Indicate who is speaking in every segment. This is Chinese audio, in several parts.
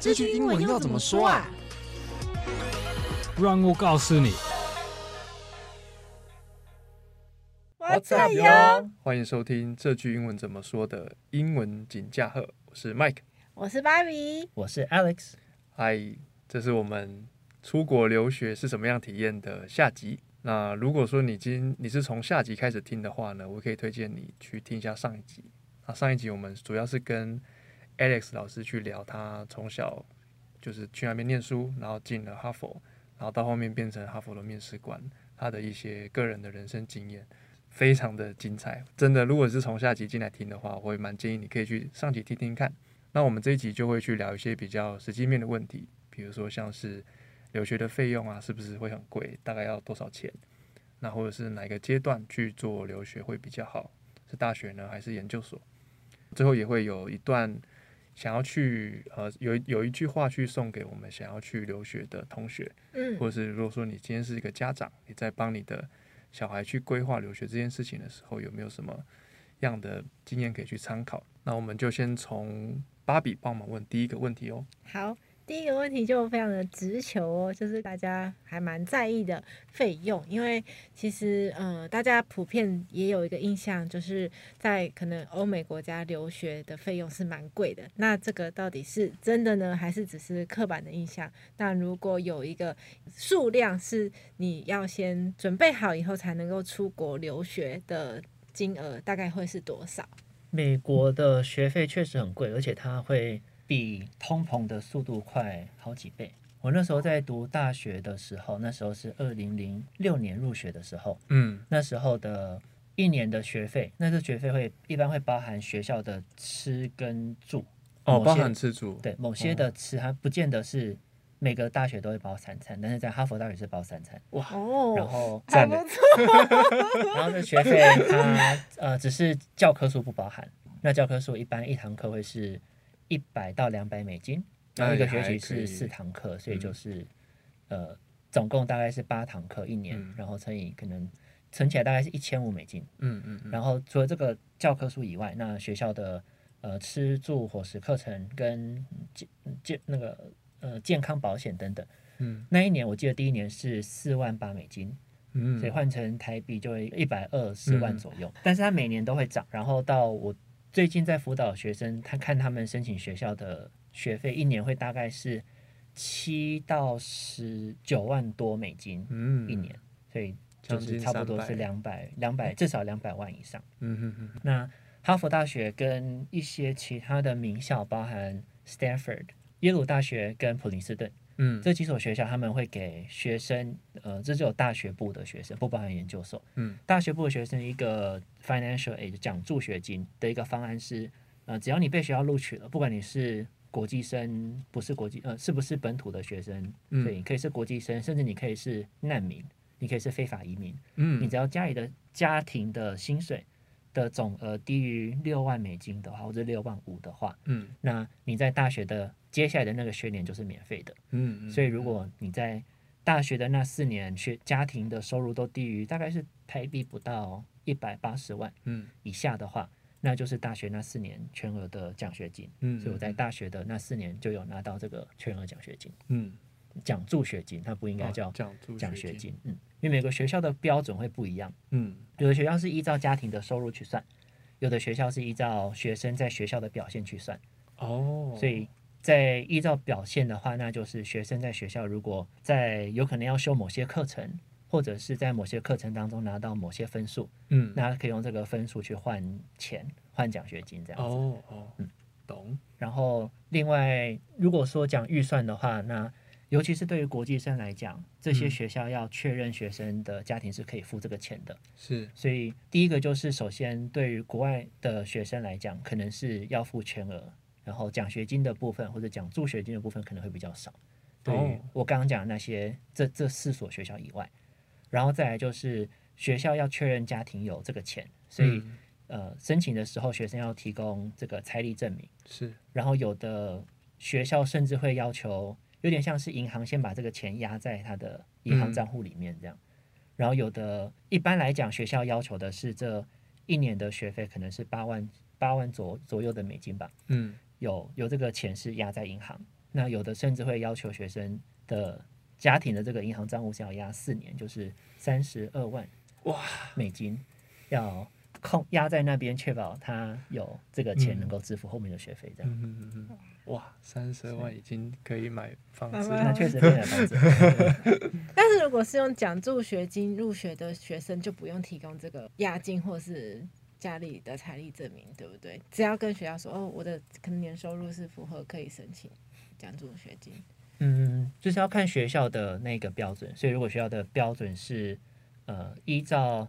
Speaker 1: 这句英文要怎么说啊？
Speaker 2: 让我告诉你。
Speaker 3: 我在呀！欢迎收听这句英文怎么说的英文锦驾鹤，我是 Mike。
Speaker 1: 我是芭比，
Speaker 4: 我是 Alex，
Speaker 3: 嗨，这是我们出国留学是怎么样体验的下集。那如果说你今你是从下集开始听的话呢，我可以推荐你去听一下上一集。那上一集我们主要是跟 Alex 老师去聊他从小就是去那边念书，然后进了哈佛，然后到后面变成哈佛的面试官，他的一些个人的人生经验。非常的精彩，真的。如果是从下集进来听的话，我会蛮建议你可以去上集听听看。那我们这一集就会去聊一些比较实际面的问题，比如说像是留学的费用啊，是不是会很贵，大概要多少钱？那或者是哪一个阶段去做留学会比较好？是大学呢，还是研究所？最后也会有一段想要去呃，有一有一句话去送给我们想要去留学的同学，
Speaker 1: 嗯，
Speaker 3: 或者是如果说你今天是一个家长，你在帮你的小孩去规划留学这件事情的时候，有没有什么样的经验可以去参考？那我们就先从芭比帮忙问第一个问题哦。
Speaker 1: 好，第一个问题就非常的直球哦，就是大家还蛮在意的费用，因为其实呃，大家普遍也有一个印象，就是在可能欧美国家留学的费用是蛮贵的。那这个到底是真的呢，还是只是刻板的印象？那如果有一个数量是你要先准备好以后才能够出国留学的金额，大概会是多少？
Speaker 4: 美国的学费确实很贵，而且它会比通膨的速度快好几倍。我那时候在读大学的时候，那时候是二零零六年入学的时候，
Speaker 3: 嗯
Speaker 4: 那时候的一年的学费，那个学费会一般会包含学校的吃跟住，
Speaker 3: 哦，
Speaker 4: 某些
Speaker 3: 包含吃住，
Speaker 4: 对，某些的吃它不见得是每个大学都会包三餐，但是在哈佛大学是包三餐，然
Speaker 1: 哦，
Speaker 4: 后
Speaker 1: 还
Speaker 3: 赞
Speaker 1: 不
Speaker 3: 的
Speaker 1: 错，
Speaker 4: 然后这学费它呃只是教科书不包含，那教科书一般一堂课会是一百到两百美金，然后一个
Speaker 3: 哎
Speaker 4: 学期
Speaker 3: 还可以
Speaker 4: 是四堂课，所以
Speaker 3: 嗯
Speaker 4: 就是、呃总共大概是八堂课一年，
Speaker 3: 嗯
Speaker 4: 然后乘以可能存起来大概是一千五美金。
Speaker 3: 嗯嗯嗯，
Speaker 4: 然后除了这个教科书以外，那学校的呃吃住伙食课程跟健健那个呃健康保险等等，
Speaker 3: 嗯
Speaker 4: 那一年我记得第一年是四万八美金，
Speaker 3: 嗯，
Speaker 4: 所以换成台币就会一百二十万左右。但是它每年都会涨，然后到我最近在辅导学生，他看他们申请学校的学费，一年会大概是七到十九万多美金
Speaker 3: 嗯
Speaker 4: 一年，所以就
Speaker 3: 将
Speaker 4: 是
Speaker 3: 近嗯
Speaker 4: 差不多是
Speaker 3: 300
Speaker 4: 两百两百至少两百万以上。
Speaker 3: 嗯嗯嗯
Speaker 4: 那哈佛大学跟一些其他的名校，包含 Stanford、耶鲁大学跟普林斯顿。
Speaker 3: 嗯，
Speaker 4: 这几所学校他们会给学生，呃，这就有大学部的学生，不包含研究所。
Speaker 3: 嗯，
Speaker 4: 大学部的学生一个 financial aid 奖助学金的一个方案是，呃，只要你被学校录取了，不管你是国际生，不是国际，呃，是不是本土的学生，
Speaker 3: 嗯
Speaker 4: 对，你可以是国际生，甚至你可以是难民，你可以是非法移民，
Speaker 3: 嗯
Speaker 4: 你只要家里的家庭的薪水的总额低于六万美金的话，或者六万五的话，
Speaker 3: 嗯
Speaker 4: 那你在大学的接下来的那个学年就是免费的。
Speaker 3: 嗯嗯，
Speaker 4: 所以如果你在大学的那四年学家庭的收入都低于大概是台币不到一百八十万
Speaker 3: 嗯
Speaker 4: 以下的话，那就是大学那四年全额的奖学金。
Speaker 3: 嗯，
Speaker 4: 所以我在大学的那四年就有拿到这个全额奖学金，
Speaker 3: 嗯
Speaker 4: 奖助学金，它不应
Speaker 3: 应
Speaker 4: 该叫
Speaker 3: 哦奖助
Speaker 4: 奖学，金。嗯，因为每个学校的标准会不一样，
Speaker 3: 嗯
Speaker 4: 有的学校是依照家庭的收入去算，有的学校是依照学生在学校的表现去算。
Speaker 3: 哦，
Speaker 4: 所以在依照表现的话，那就是学生在学校如果在有可能要修某些课程，或者是在某些课程当中拿到某些分数，
Speaker 3: 嗯
Speaker 4: 那他可以用这个分数去换钱、换奖学金这样子。
Speaker 3: 哦哦，懂，
Speaker 4: 然后另外，如果说讲预算的话，那尤其是对于国际生来讲，这些
Speaker 3: 嗯
Speaker 4: 学校要确认学生的家庭是可以付这个钱的。
Speaker 3: 是
Speaker 4: 所以第一个就是，首先对于国外的学生来讲，可能是要付全额，然后奖学金的部分或者奖助学金的部分可能会比较少。对于
Speaker 3: 哦
Speaker 4: 我刚刚讲的那些这这四所学校以外，然后再来就是学校要确认家庭有这个钱，所以、
Speaker 3: 嗯
Speaker 4: 呃申请的时候学生要提供这个财力证明，
Speaker 3: 是
Speaker 4: 然后有的学校甚至会要求，有点像是银行先把这个钱压在他的银行账户里面这样。然后有的一般来讲，学校要求的是这一年的学费可能是八万八万左左右的美金吧，
Speaker 3: 嗯
Speaker 4: 有有这个钱是压在银行，那有的甚至会要求学生的家庭的这个银行账户是要压四年，就是三十二万
Speaker 3: 哇
Speaker 4: 美金，要控压在那边，确保他有这个钱能够支付后面的学费，这样。
Speaker 3: 嗯嗯嗯嗯，哇，三十万已经可以买房子
Speaker 1: 买房
Speaker 4: 那
Speaker 3: 了，
Speaker 4: 确实可以买 房子，对
Speaker 1: 但是如果是用奖助学金入学的学生，就不用提供这个押金或是家里的财力证明，对不对？只要跟学校说，哦，我的可能年收入是符合可以申请奖助学金。
Speaker 4: 嗯，就是要看学校的那个标准。所以如果学校的标准是呃依照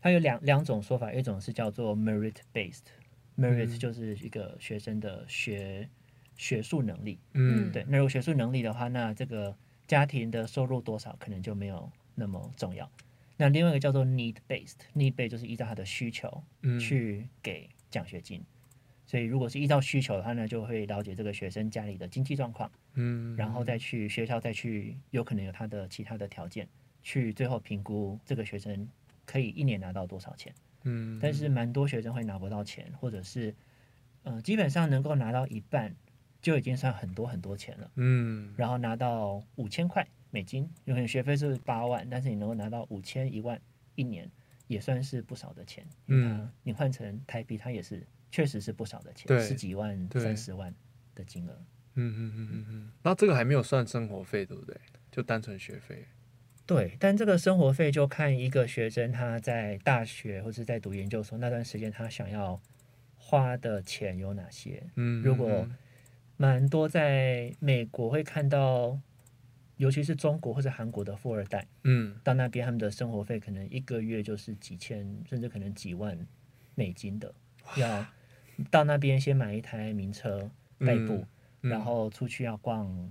Speaker 4: 它有两两种说法，一种是叫做 merit based，merit
Speaker 3: 嗯
Speaker 4: 就是一个学生的学学术能力。
Speaker 3: 嗯，
Speaker 4: 对，那如果学术能力的话，那这个家庭的收入多少可能就没有那么重要。那另外一个叫做 need based，need based 就是依照他的需求
Speaker 3: 嗯，
Speaker 4: 去给奖学金。所以如果是依照需求的话呢，就会了解这个学生家里的经济状况。
Speaker 3: 嗯，
Speaker 4: 然后再去学校再去，有可能有他的其他的条件，去最后评估这个学生可以一年拿到多少钱。
Speaker 3: 嗯，
Speaker 4: 但是蛮多学生会拿不到钱，或者是，呃，基本上能够拿到一半就已经算很多很多钱了。
Speaker 3: 嗯，
Speaker 4: 然后拿到五千块美金，有可能学费是八万，但是你能够拿到五千一万一年，也算是不少的钱。因为它
Speaker 3: 嗯
Speaker 4: 你换成台币，它也是确实是不少的钱，
Speaker 3: 对
Speaker 4: 十几万、
Speaker 3: 对
Speaker 4: 三十万的金额。
Speaker 3: 嗯嗯嗯嗯嗯，那这个还没有算生活费，对不对？就单纯学费，
Speaker 4: 对，但这个生活费就看一个学生他在大学或是在读研究所那段时间，他想要花的钱有哪些。
Speaker 3: 嗯，
Speaker 4: 如果蛮多在美国会看到，尤其是中国或者韩国的富二代，
Speaker 3: 嗯
Speaker 4: 到那边他们的生活费可能一个月就是几千，甚至可能几万美金的，要到那边先买一台名车代步，
Speaker 3: 嗯
Speaker 4: 然后出去要逛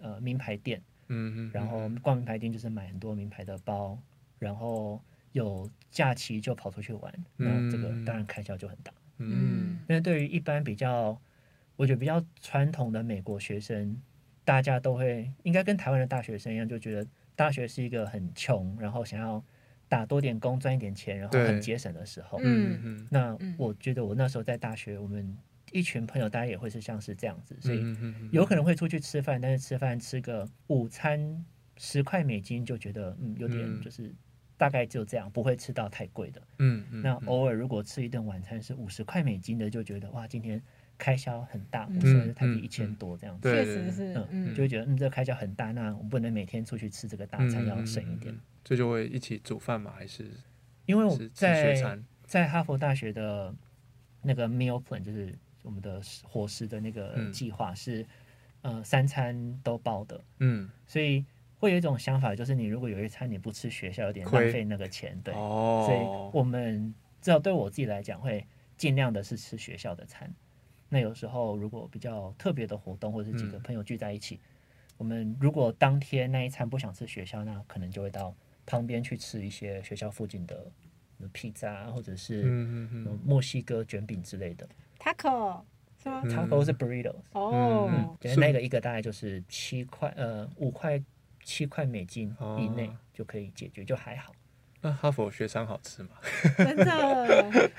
Speaker 4: 呃名牌店。
Speaker 3: 嗯嗯，
Speaker 4: 然后逛名牌店就是买很多名牌的包，然后有假期就跑出去玩，那这个
Speaker 3: 嗯
Speaker 4: 当然开销就很大。
Speaker 3: 嗯
Speaker 4: 但是对于一般比较，我觉得比较传统的美国学生，大家都会应该跟台湾的大学生一样，就觉得大学是一个很穷，然后想要打多点工赚一点钱，然后
Speaker 3: 对
Speaker 4: 很节省的时候。
Speaker 3: 嗯
Speaker 4: 那
Speaker 1: 嗯
Speaker 4: 我觉得我那时候在大学，我们一群朋友大家也会是像是这样子，所以
Speaker 3: 嗯
Speaker 4: 有可能会出去吃饭，但是吃饭吃个午餐十块美金就觉得嗯有点
Speaker 3: 嗯
Speaker 4: 就是大概就这样，不会吃到太贵的。
Speaker 3: 嗯嗯，
Speaker 4: 那偶尔如果吃一顿晚餐是五十块美金的，就觉得哇今天开销很大，
Speaker 1: 嗯
Speaker 4: 五十台币
Speaker 3: 嗯
Speaker 4: 一千多这样子，
Speaker 1: 确
Speaker 3: 对对
Speaker 1: 实
Speaker 3: 对
Speaker 1: 是，
Speaker 4: 嗯，就会觉得嗯这个开销很大，那我们不能每天出去吃这个大
Speaker 3: 嗯
Speaker 4: 餐，要省一点。，
Speaker 3: 这就会一起煮饭嘛，还是
Speaker 4: 因为我
Speaker 3: 嗯是吃学
Speaker 4: 在
Speaker 3: 餐？
Speaker 4: 在哈佛大学的那个 meal plan 就是我们的伙食的那个
Speaker 3: 嗯
Speaker 4: 计划是、呃三餐都包的，
Speaker 3: 嗯，
Speaker 4: 所以会有一种想法，就是你如果有一餐你不吃，学校有点浪
Speaker 3: 亏
Speaker 4: 费那个钱，对。
Speaker 3: 哦，
Speaker 4: 所以我们至少对我自己来讲，会尽量的是吃学校的餐。那有时候如果比较特别的活动，或者是几个
Speaker 3: 嗯
Speaker 4: 朋友聚在一起，我们如果当天那一餐不想吃学校，那可能就会到旁边去吃一些学校附近的披萨啊，或者是
Speaker 3: 嗯嗯
Speaker 4: 呃
Speaker 3: 嗯
Speaker 4: 墨西哥卷饼之类的。
Speaker 1: Taco 是吗？
Speaker 3: 嗯
Speaker 4: Taco 是 burrito，
Speaker 1: 哦，
Speaker 3: 嗯
Speaker 4: 就是
Speaker 3: 是
Speaker 4: 那个一个大概就是七块呃五块七块美金以内
Speaker 3: 哦
Speaker 4: 就可以解决，就还好。
Speaker 3: 那哈佛学餐好吃吗？
Speaker 1: 真
Speaker 4: 哦
Speaker 1: 的，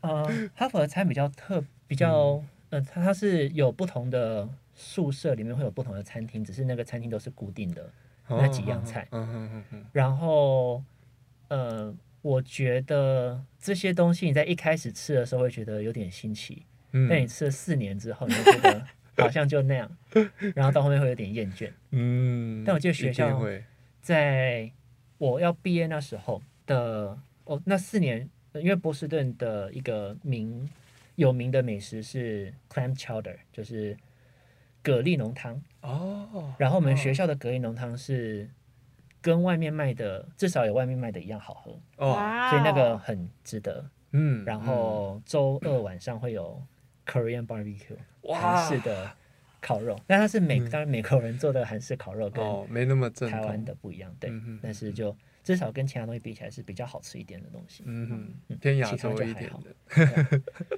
Speaker 4: 呃，哈佛的餐比较特比较，呃，它它是有不同的宿舍里面会有不同的餐厅，只是那个餐厅都是固定的。
Speaker 3: 哦嗯嗯嗯
Speaker 4: 然后呃，我觉得这些东西你在一开始吃的时候会觉得有点新奇，
Speaker 3: 嗯，
Speaker 4: 但你吃了四年之后，你就觉得好像就那样，然后到后面会有点厌倦。
Speaker 3: 嗯，
Speaker 4: 但我记得学校
Speaker 3: 会，
Speaker 4: 在我要毕业那时候的哦，那四年，呃因为波士顿的一个名有名的美食是 clam chowder，就是蛤蜊浓汤。
Speaker 3: 哦，
Speaker 4: 然后我们学
Speaker 3: 校
Speaker 4: 校的蛤蜊浓汤是跟外面卖的至少有外面卖的一样好喝，
Speaker 3: 哦，
Speaker 1: 哇哦，
Speaker 4: 所以那个很值得。
Speaker 3: 嗯，
Speaker 4: 然后周二晚上会有 Korean barbecue，
Speaker 3: 哇
Speaker 4: 韩式的烤肉，但它是美，
Speaker 3: 嗯
Speaker 4: 当然美国人做的韩式烤肉跟
Speaker 3: 哦，没那么正
Speaker 4: 台湾
Speaker 3: 统，
Speaker 4: 的不一样，对
Speaker 3: 嗯哼，
Speaker 4: 但是就至少跟其他东西比起来是比较好吃一点的东西。
Speaker 3: 嗯嗯，偏亚洲一点的，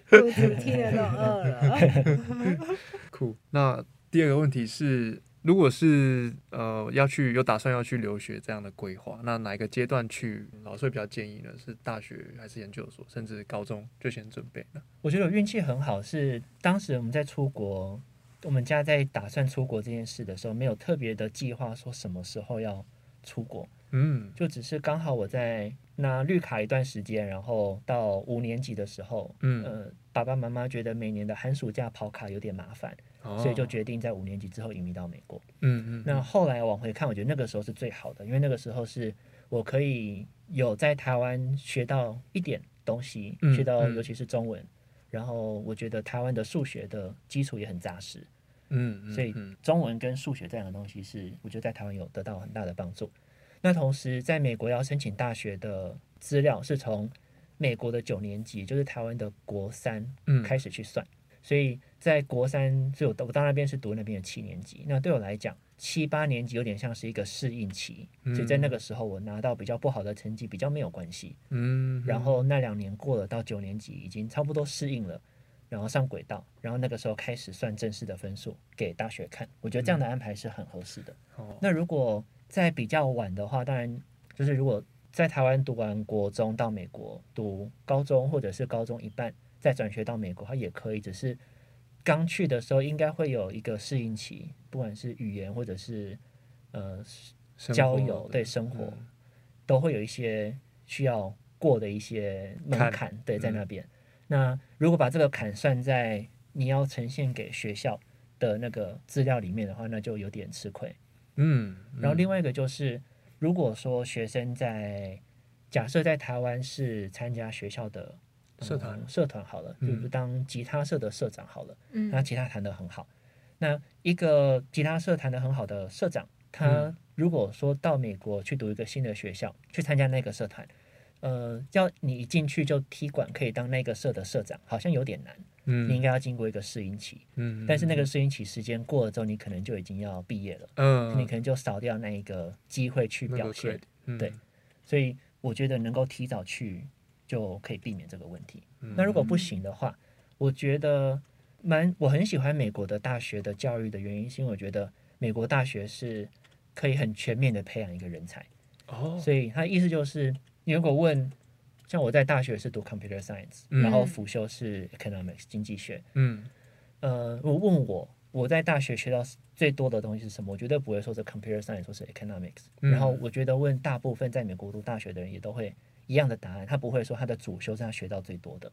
Speaker 1: 肚子听得都饿 了。
Speaker 3: 酷。那第二个问题是，如果是呃要去有打算要去留学这样的规划，那哪一个阶段去，老师会比较建议呢？是大学还是研究所，甚至高中就先准备呢？
Speaker 4: 我觉得我运气很好，是当时我们在出国我们家在打算出国这件事的时候，没有特别的计划说什么时候要出国，
Speaker 3: 嗯
Speaker 4: 就只是刚好我在拿绿卡一段时间，然后到五年级的时候，
Speaker 3: 嗯，
Speaker 4: 呃，爸爸妈妈觉得每年的寒暑假跑卡有点麻烦，所以就决定在五年级之后移民到美国。
Speaker 3: 得，哦嗯嗯，
Speaker 4: 那后来往回看，我觉得那个时候是最好的，因为那个时候是我可以有在台湾学到一点东西，
Speaker 3: 嗯
Speaker 4: 学到
Speaker 3: 嗯
Speaker 4: 尤其是中文，然后我觉得台湾的数学的基础也很扎实，
Speaker 3: 嗯，嗯
Speaker 4: 所以
Speaker 3: 嗯
Speaker 4: 中文跟数学这两个东西是我觉得在台湾有得到很大的帮助。那同时在美国要申请大学的资料是从美国的九年级，就是台湾的国三
Speaker 3: 嗯
Speaker 4: 开始去算。所以在国三，所以我到我到那边是读那边的七年级。那对我来讲，七八年级有点像是一个适应期，
Speaker 3: 嗯
Speaker 4: 所以在那个时候我拿到比较不好的成绩比较没有关系。
Speaker 3: 嗯，
Speaker 4: 然后那两年过了，到九年级已经差不多适应了，然后上轨道，然后那个时候开始算正式的分数给大学看。我觉得这样的安排是很合适的。
Speaker 3: 哦
Speaker 4: 那如果在比较晚的话，当然就是如果在台湾读完国中到美国读高中，或者是高中一半再转学到美国，它也可以，只是刚去的时候应该会有一个适应期，不管是语言或者是呃
Speaker 3: 生
Speaker 4: 交
Speaker 3: 活
Speaker 4: 友
Speaker 3: 的
Speaker 4: 对生活
Speaker 3: 嗯
Speaker 4: 都会有一些需要过的一些门
Speaker 3: 坎
Speaker 4: 槛，对，在
Speaker 3: 嗯
Speaker 4: 那边。那如果把这个坎算在你要呈现给学校的那个资料里面的话，那就有点吃亏。
Speaker 3: 嗯，
Speaker 4: 然后
Speaker 3: 嗯
Speaker 4: 另外一个就是，如果说学生在假设在台湾是参加学校的、呃
Speaker 3: 社团
Speaker 4: 社团好了，就是
Speaker 3: 嗯
Speaker 4: 当吉他社的社长好了，那
Speaker 1: 嗯
Speaker 4: 吉他弹得很好，那一个吉他社弹得很好的社长，他
Speaker 3: 嗯
Speaker 4: 如果说到美国去读一个新的学校，去参加那个社团。呃，要你一进去就踢馆，可以当那个社的社长，好像有点难。
Speaker 3: 嗯
Speaker 4: 你应该要经过一个适应期，
Speaker 3: 嗯，
Speaker 4: 但是那个适应期时间过了之后，你可能就已经要毕业了。
Speaker 3: 嗯，
Speaker 4: 你可能就少掉那一个机会去
Speaker 3: 那
Speaker 4: 表
Speaker 3: 个
Speaker 4: 现
Speaker 3: credit，。嗯
Speaker 4: 对，所以我觉得能够提早去就可以避免这个问题。
Speaker 3: 嗯
Speaker 4: 那如果不行的话，我觉得蛮我很喜欢美国的大学的教育的原因，是因为我觉得美国大学是可以很全面的培养一个人才。
Speaker 3: 哦，
Speaker 4: 所以他的意思就是，你如果问，像我在大学是读 computer science，、
Speaker 3: 嗯
Speaker 4: 然后辅修是 economics 经济学，
Speaker 3: 嗯
Speaker 4: 呃，我问我我在大学学到最多的东西是什么，我绝对不会说是 computer science，说是 economics。
Speaker 3: 嗯
Speaker 4: 然后我觉得问大部分在美国读大学的人也都会一样的答案，他不会说他的主修是他学到最多的。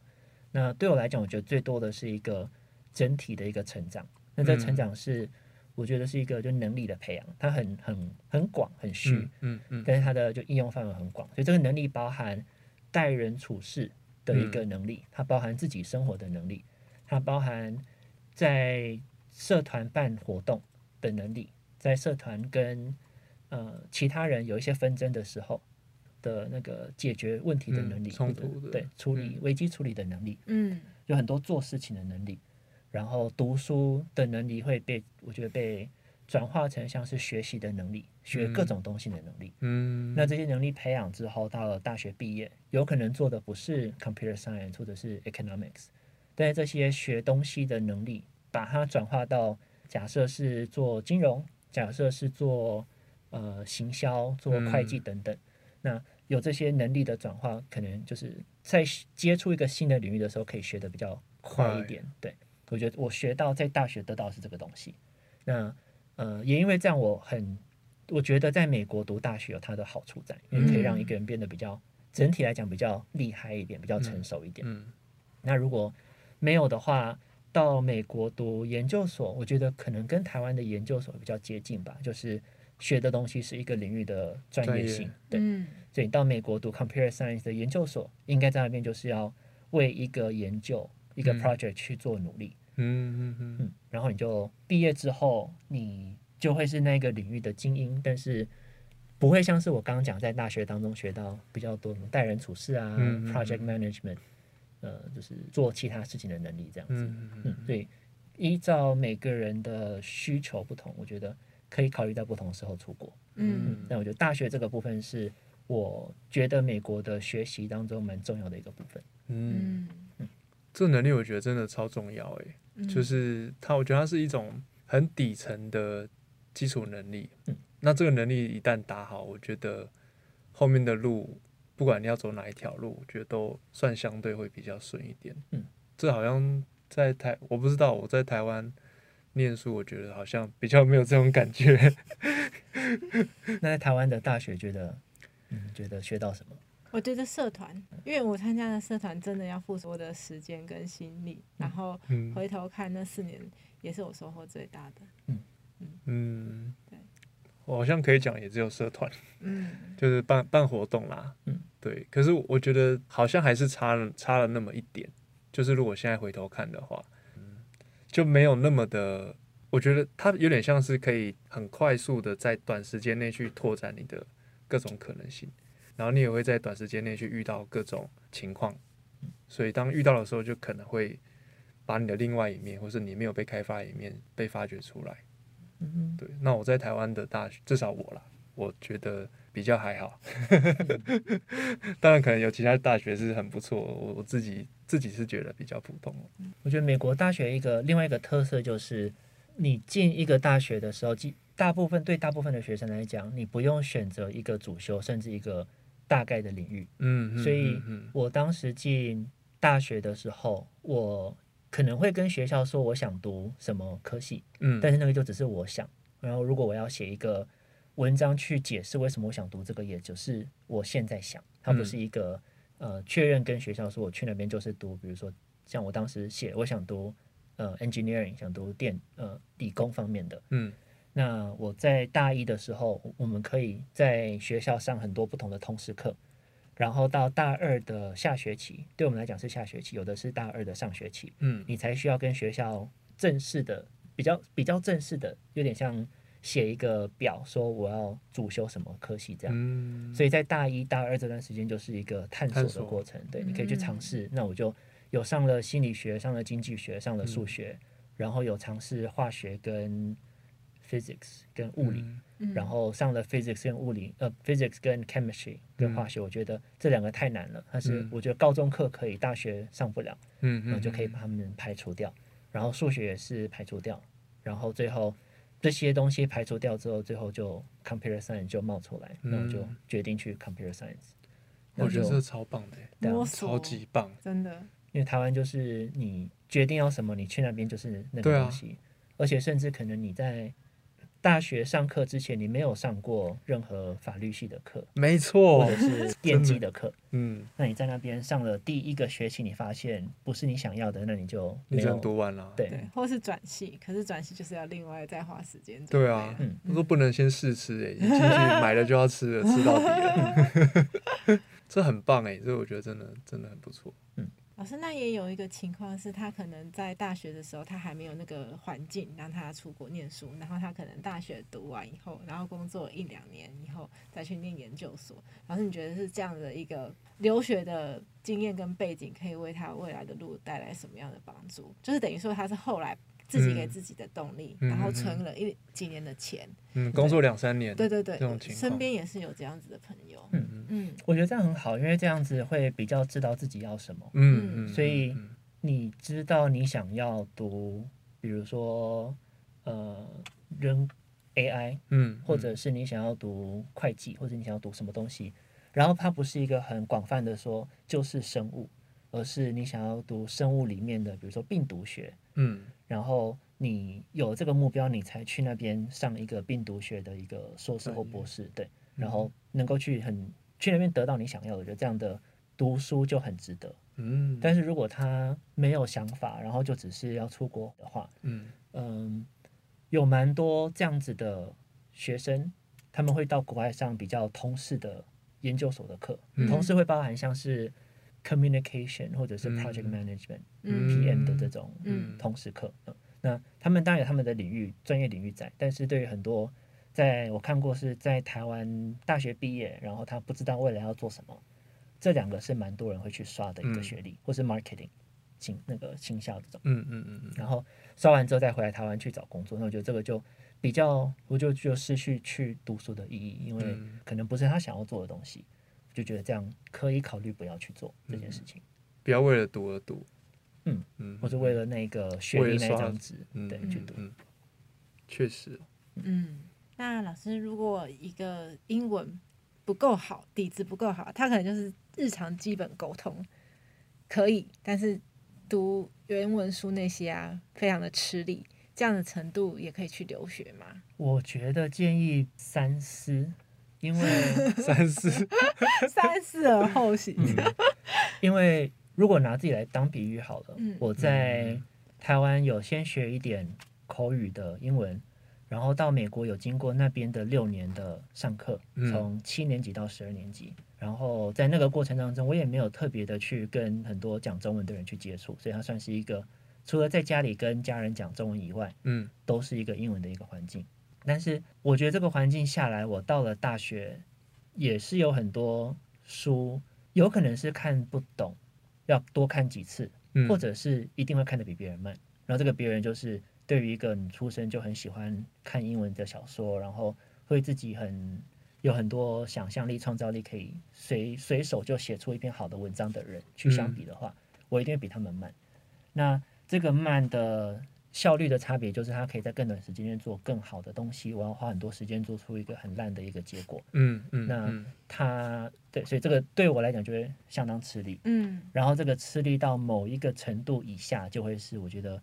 Speaker 4: 那对我来讲，我觉得最多的是一个整体的一个成长。那这
Speaker 3: 嗯
Speaker 4: 成长是、我觉得是一个就能力的培养，它很很很广很虚，
Speaker 3: 嗯嗯嗯，
Speaker 4: 但是它的就应用范围很广，所以这个能力包含待人处事的
Speaker 3: 嗯
Speaker 4: 一个能力，它包含自己生活的能力，它包含在社团办活动的能力，在社团跟呃其他人有一些纷争的时候的那个解决问题的
Speaker 3: 嗯
Speaker 4: 能力，
Speaker 3: 冲
Speaker 4: 或者
Speaker 3: 突的嗯
Speaker 4: 对处理危机处理的能力，
Speaker 1: 嗯
Speaker 4: 有很多做事情的能力，然后读书的能力会被我觉得被转化成像是学习的能力，学各
Speaker 3: 嗯
Speaker 4: 种东西的能力。
Speaker 3: 嗯，
Speaker 4: 那这些能力培养之后，到了大学毕业，有可能做的不是 computer science 或者是 economics，但是这些学东西的能力，把它转化到假设是做金融，假设是做呃行销、做会
Speaker 3: 嗯
Speaker 4: 计等等，那有这些能力的转化，可能就是在接触一个新的领域的时候，可以学得比较快一
Speaker 3: 快
Speaker 4: 点。对我觉得我学到在大学得到的是这个东西。那呃，也因为这样，我很我觉得在美国读大学有它的好处在，因为可以让一个人变得比较整体来讲比较厉害一点，比较成熟一点。
Speaker 3: 嗯嗯
Speaker 4: 那如果没有的话，到美国读研究所，我觉得可能跟台湾的研究所比较接近吧，就是学的东西是一个领域的专
Speaker 3: 专
Speaker 4: 业
Speaker 3: 业
Speaker 4: 性。对，
Speaker 1: 嗯
Speaker 4: 所以你到美国读 computer science 的研究所，应该在那边就是要为一个研究一个
Speaker 3: 嗯
Speaker 4: project 去做努力。
Speaker 3: 嗯嗯嗯
Speaker 4: 嗯，然后你就毕业之后，你就会是那个领域的精英，但是不会像是我刚刚讲在大学当中学到比较多什么待人处事啊、
Speaker 3: 嗯嗯嗯
Speaker 4: project management，呃，就是做其他事情的能力这样子。
Speaker 3: 嗯
Speaker 4: 嗯，所以依照每个人的需求不同，我觉得可以考虑在不同的时候出国。
Speaker 1: 嗯
Speaker 4: 那我觉得大学这个部分是我觉得美国的学习当中蛮重要的一个部 分。
Speaker 3: 嗯，
Speaker 1: 嗯，
Speaker 3: 这能力我觉得真的超重要欸诶，
Speaker 1: 嗯
Speaker 3: 就是它，我觉得它是一种很底层的基础能力。
Speaker 4: 嗯
Speaker 3: 那这个能力一旦打好，我觉得后面的路，不管你要走哪一条路，我觉得都算相对会比较顺一点。
Speaker 4: 嗯，
Speaker 3: 这好像在台，我不知道我在台湾念书，我觉得好像比较没有这种感觉。
Speaker 4: 那在台湾的大学，觉得嗯，觉得学到什么？
Speaker 1: 我觉得社团，因为我参加的社团真的要付出我的时间跟心力，然后
Speaker 3: 嗯
Speaker 1: 回头看那四年也是我收获最大的。
Speaker 3: 嗯
Speaker 1: 对，
Speaker 3: 我好像可以讲，也只有社团，
Speaker 1: 嗯，
Speaker 3: 就是办办活动啦。
Speaker 4: 嗯，
Speaker 3: 对。可是我觉得好像还是差了差了那么一点，就是如果现在回头看的话，嗯，就没有那么的。我觉得它有点像是可以很快速的在短时间内去拓展你的各种可能性，然后你也会在短时间内去遇到各种情况，所以当遇到的时候，就可能会把你的另外一面，或是你没有被开发的一面被发掘出来。
Speaker 4: 嗯，
Speaker 3: 对，那我在台湾的大学，至少我啦，我觉得比较还好。
Speaker 4: 嗯
Speaker 3: 当然，可能有其他大学是很不错，我我自己自己是觉得比较普通了。
Speaker 4: 我觉得美国大学一个另外一个特色就是，你进一个大学的时候，基大部分对大部分的学生来讲，你不用选择一个主修，甚至一个大概的领域。
Speaker 3: 嗯，
Speaker 4: 所以
Speaker 3: 嗯
Speaker 4: 我当时进大学的时候，我可能会跟学校说我想读什么科系，
Speaker 3: 嗯
Speaker 4: 但是那个就只是我想。然后如果我要写一个文章去解释为什么我想读这个，也只是我现在想，它不
Speaker 3: 嗯
Speaker 4: 是一个、呃确认跟学校说我去那边就是读，比如说像我当时写我想读呃 engineering，想读电呃理工方面的。
Speaker 3: 嗯
Speaker 4: 那我在大一的时候，我们可以在学校上很多不同的通识课，然后到大二的下学期，对我们来讲是下学期，有的是大二的上学期，
Speaker 3: 嗯
Speaker 4: 你才需要跟学校正式的、比较比较正式的，有点像写一个表，说我要主修什么科系这样。
Speaker 3: 嗯，
Speaker 4: 所以在大一大二这段时间就是一个探索
Speaker 3: 探
Speaker 4: 的
Speaker 3: 索
Speaker 4: 过程，对，你可以去尝
Speaker 1: 嗯
Speaker 4: 试。那我就有上了心理学，上了经济学，上了
Speaker 3: 嗯
Speaker 4: 数学，然后有尝试化学跟 physics 跟物理，
Speaker 3: 嗯
Speaker 1: 嗯
Speaker 4: 然后上了 physics 跟物理，呃，physics 跟 chemistry 跟化
Speaker 3: 嗯
Speaker 4: 学，我觉得这两个太难了，但是
Speaker 3: 嗯
Speaker 4: 我觉得高中课可以，大学上不了，
Speaker 3: 嗯
Speaker 4: 然后
Speaker 3: 嗯
Speaker 4: 就可以把它们排除掉。然后数学也是排除掉，然后最后这些东西排除掉之后，最后就 computer science 就冒出来，那我就
Speaker 3: 嗯
Speaker 4: 决定去 computer science。
Speaker 3: 我觉得
Speaker 4: 就
Speaker 3: 这超棒的，欸
Speaker 4: 对啊
Speaker 1: 摸索
Speaker 3: 超级棒。
Speaker 1: 真的，
Speaker 4: 因为台湾就是你决定要什么，你去那边就是那
Speaker 3: 对
Speaker 4: 个
Speaker 3: 啊
Speaker 4: 东西，而且甚至可能你在大学上课之前，你没有上过任何法律系的课，
Speaker 3: 没错
Speaker 4: 或者，是电机的课。
Speaker 3: 嗯，
Speaker 4: 那你在那边上了第一个学期，你发现不是你想要的，那你就
Speaker 3: 你
Speaker 4: 没
Speaker 3: 这
Speaker 4: 有
Speaker 3: 样读完了。
Speaker 4: 对
Speaker 1: 对，或是转系，可是转系就是要另外再花时间准
Speaker 3: 对
Speaker 1: 备
Speaker 3: 啊
Speaker 1: 了，
Speaker 4: 嗯
Speaker 3: 他说不能先试吃 哎，一进去买了就要吃了，吃到底了。 这很棒哎，这我觉得真的真的很不错。
Speaker 1: 老师，那也有一个情况是，他可能在大学的时候，他还没有那个环境让他出国念书，然后他可能大学读完以后，然后工作一两年以后再去念研究所。老师，你觉得是这样的一个留学的经验跟背景，可以为他未来的路带来什么样的帮助？就是等于说，他是后来自己给自己的动力，
Speaker 3: 嗯
Speaker 1: 然后
Speaker 3: 嗯嗯
Speaker 1: 存了一几年的钱。
Speaker 3: 嗯，工作两三年，
Speaker 1: 对对对
Speaker 3: 这种，情况
Speaker 1: 身边也是有这样子的朋友。
Speaker 4: 嗯
Speaker 1: 嗯
Speaker 4: 我觉得这样很好，因为这样子会比较知道自己要什么。
Speaker 3: 嗯，嗯
Speaker 4: 所以
Speaker 3: 嗯
Speaker 4: 你知道你想要读，比如说呃人 AI，
Speaker 3: 嗯，
Speaker 4: 或者是你想要读会计，或者你想要读什么东西，然后它不是一个很广泛的说就是生物，而是你想要读生物里面的，比如说病毒学，
Speaker 3: 嗯
Speaker 4: 然后你有这个目标，你才去那边上一个病毒学的一个硕士或
Speaker 3: 专业
Speaker 4: 博士，对，然后能够去很去那边得到你想要的，我觉得这样的读书就很值得。
Speaker 3: 嗯，
Speaker 4: 但是如果他没有想法，然后就只是要出国的话，
Speaker 3: 嗯
Speaker 4: 嗯，有蛮多这样子的学生，他们会到国外上比较通识的研究所的课，
Speaker 3: 嗯
Speaker 4: 同时会包含像是 communication 或者是
Speaker 3: 嗯
Speaker 4: project management、
Speaker 1: 嗯
Speaker 4: PM 的这种
Speaker 1: 嗯
Speaker 4: 通识课。嗯那他们当然有他们的领域专业领域在，但是对于很多在我看过是在台湾大学毕业，然后他不知道未来要做什么，这两个是蛮多人会去刷的一个
Speaker 3: 嗯
Speaker 4: 学历，或是 marketing 行那个行销这种。
Speaker 3: 嗯嗯嗯嗯
Speaker 4: 然后刷完之后再回来台湾去找工作，那我觉得这个就比较，我就就失去去读书的意义，因为
Speaker 3: 嗯
Speaker 4: 可能不是他想要做的东西，我就觉得这样可以考虑不要去做这
Speaker 3: 嗯
Speaker 4: 件事情，
Speaker 3: 不要为了读而读，
Speaker 4: 嗯
Speaker 3: 嗯
Speaker 4: 或者为了那个学历那张纸，
Speaker 3: 嗯
Speaker 4: 对，
Speaker 3: 嗯
Speaker 4: 去读。
Speaker 3: 嗯，确实，
Speaker 1: 嗯，那老师，如果一个英文不够好，底子不够好，他可能就是日常基本沟通可以，但是读原文书那些啊，非常的吃力。这样的程度也可以去留学吗？
Speaker 4: 我觉得建议三思，因为
Speaker 3: 三 思，
Speaker 1: 三思而后行。
Speaker 4: 因为如果拿自己来当比喻好了，
Speaker 1: 嗯
Speaker 4: 我在
Speaker 3: 嗯
Speaker 4: 台湾有先学一点口语的英文，然后到美国有经过那边的六年的上课，
Speaker 3: 嗯
Speaker 4: 从七年级到十二年级。然后在那个过程当中，我也没有特别的去跟很多讲中文的人去接触，所以它算是一个除了在家里跟家人讲中文以外，
Speaker 3: 嗯
Speaker 4: 都是一个英文的一个环境。但是我觉得这个环境下来，我到了大学也是有很多书，有可能是看不懂，要多看几次，
Speaker 3: 嗯，
Speaker 4: 或者是一定会看得比别人慢。然后这个别人就是对于一个你出生就很喜欢看英文的小说，然后会自己很有很多想象力、创造力，可以随随手就写出一篇好的文章的人去相比的话，我一定会比他们慢。那这个慢的效率的差别就是，它可以在更短时间内做更好的东西，我要花很多时间做出一个很烂的一个结果。
Speaker 3: 嗯嗯，
Speaker 4: 那
Speaker 3: 嗯
Speaker 4: 它对，所以这个对我来讲就会相当吃力。
Speaker 1: 嗯
Speaker 4: 然后这个吃力到某一个程度以下，就会是我觉得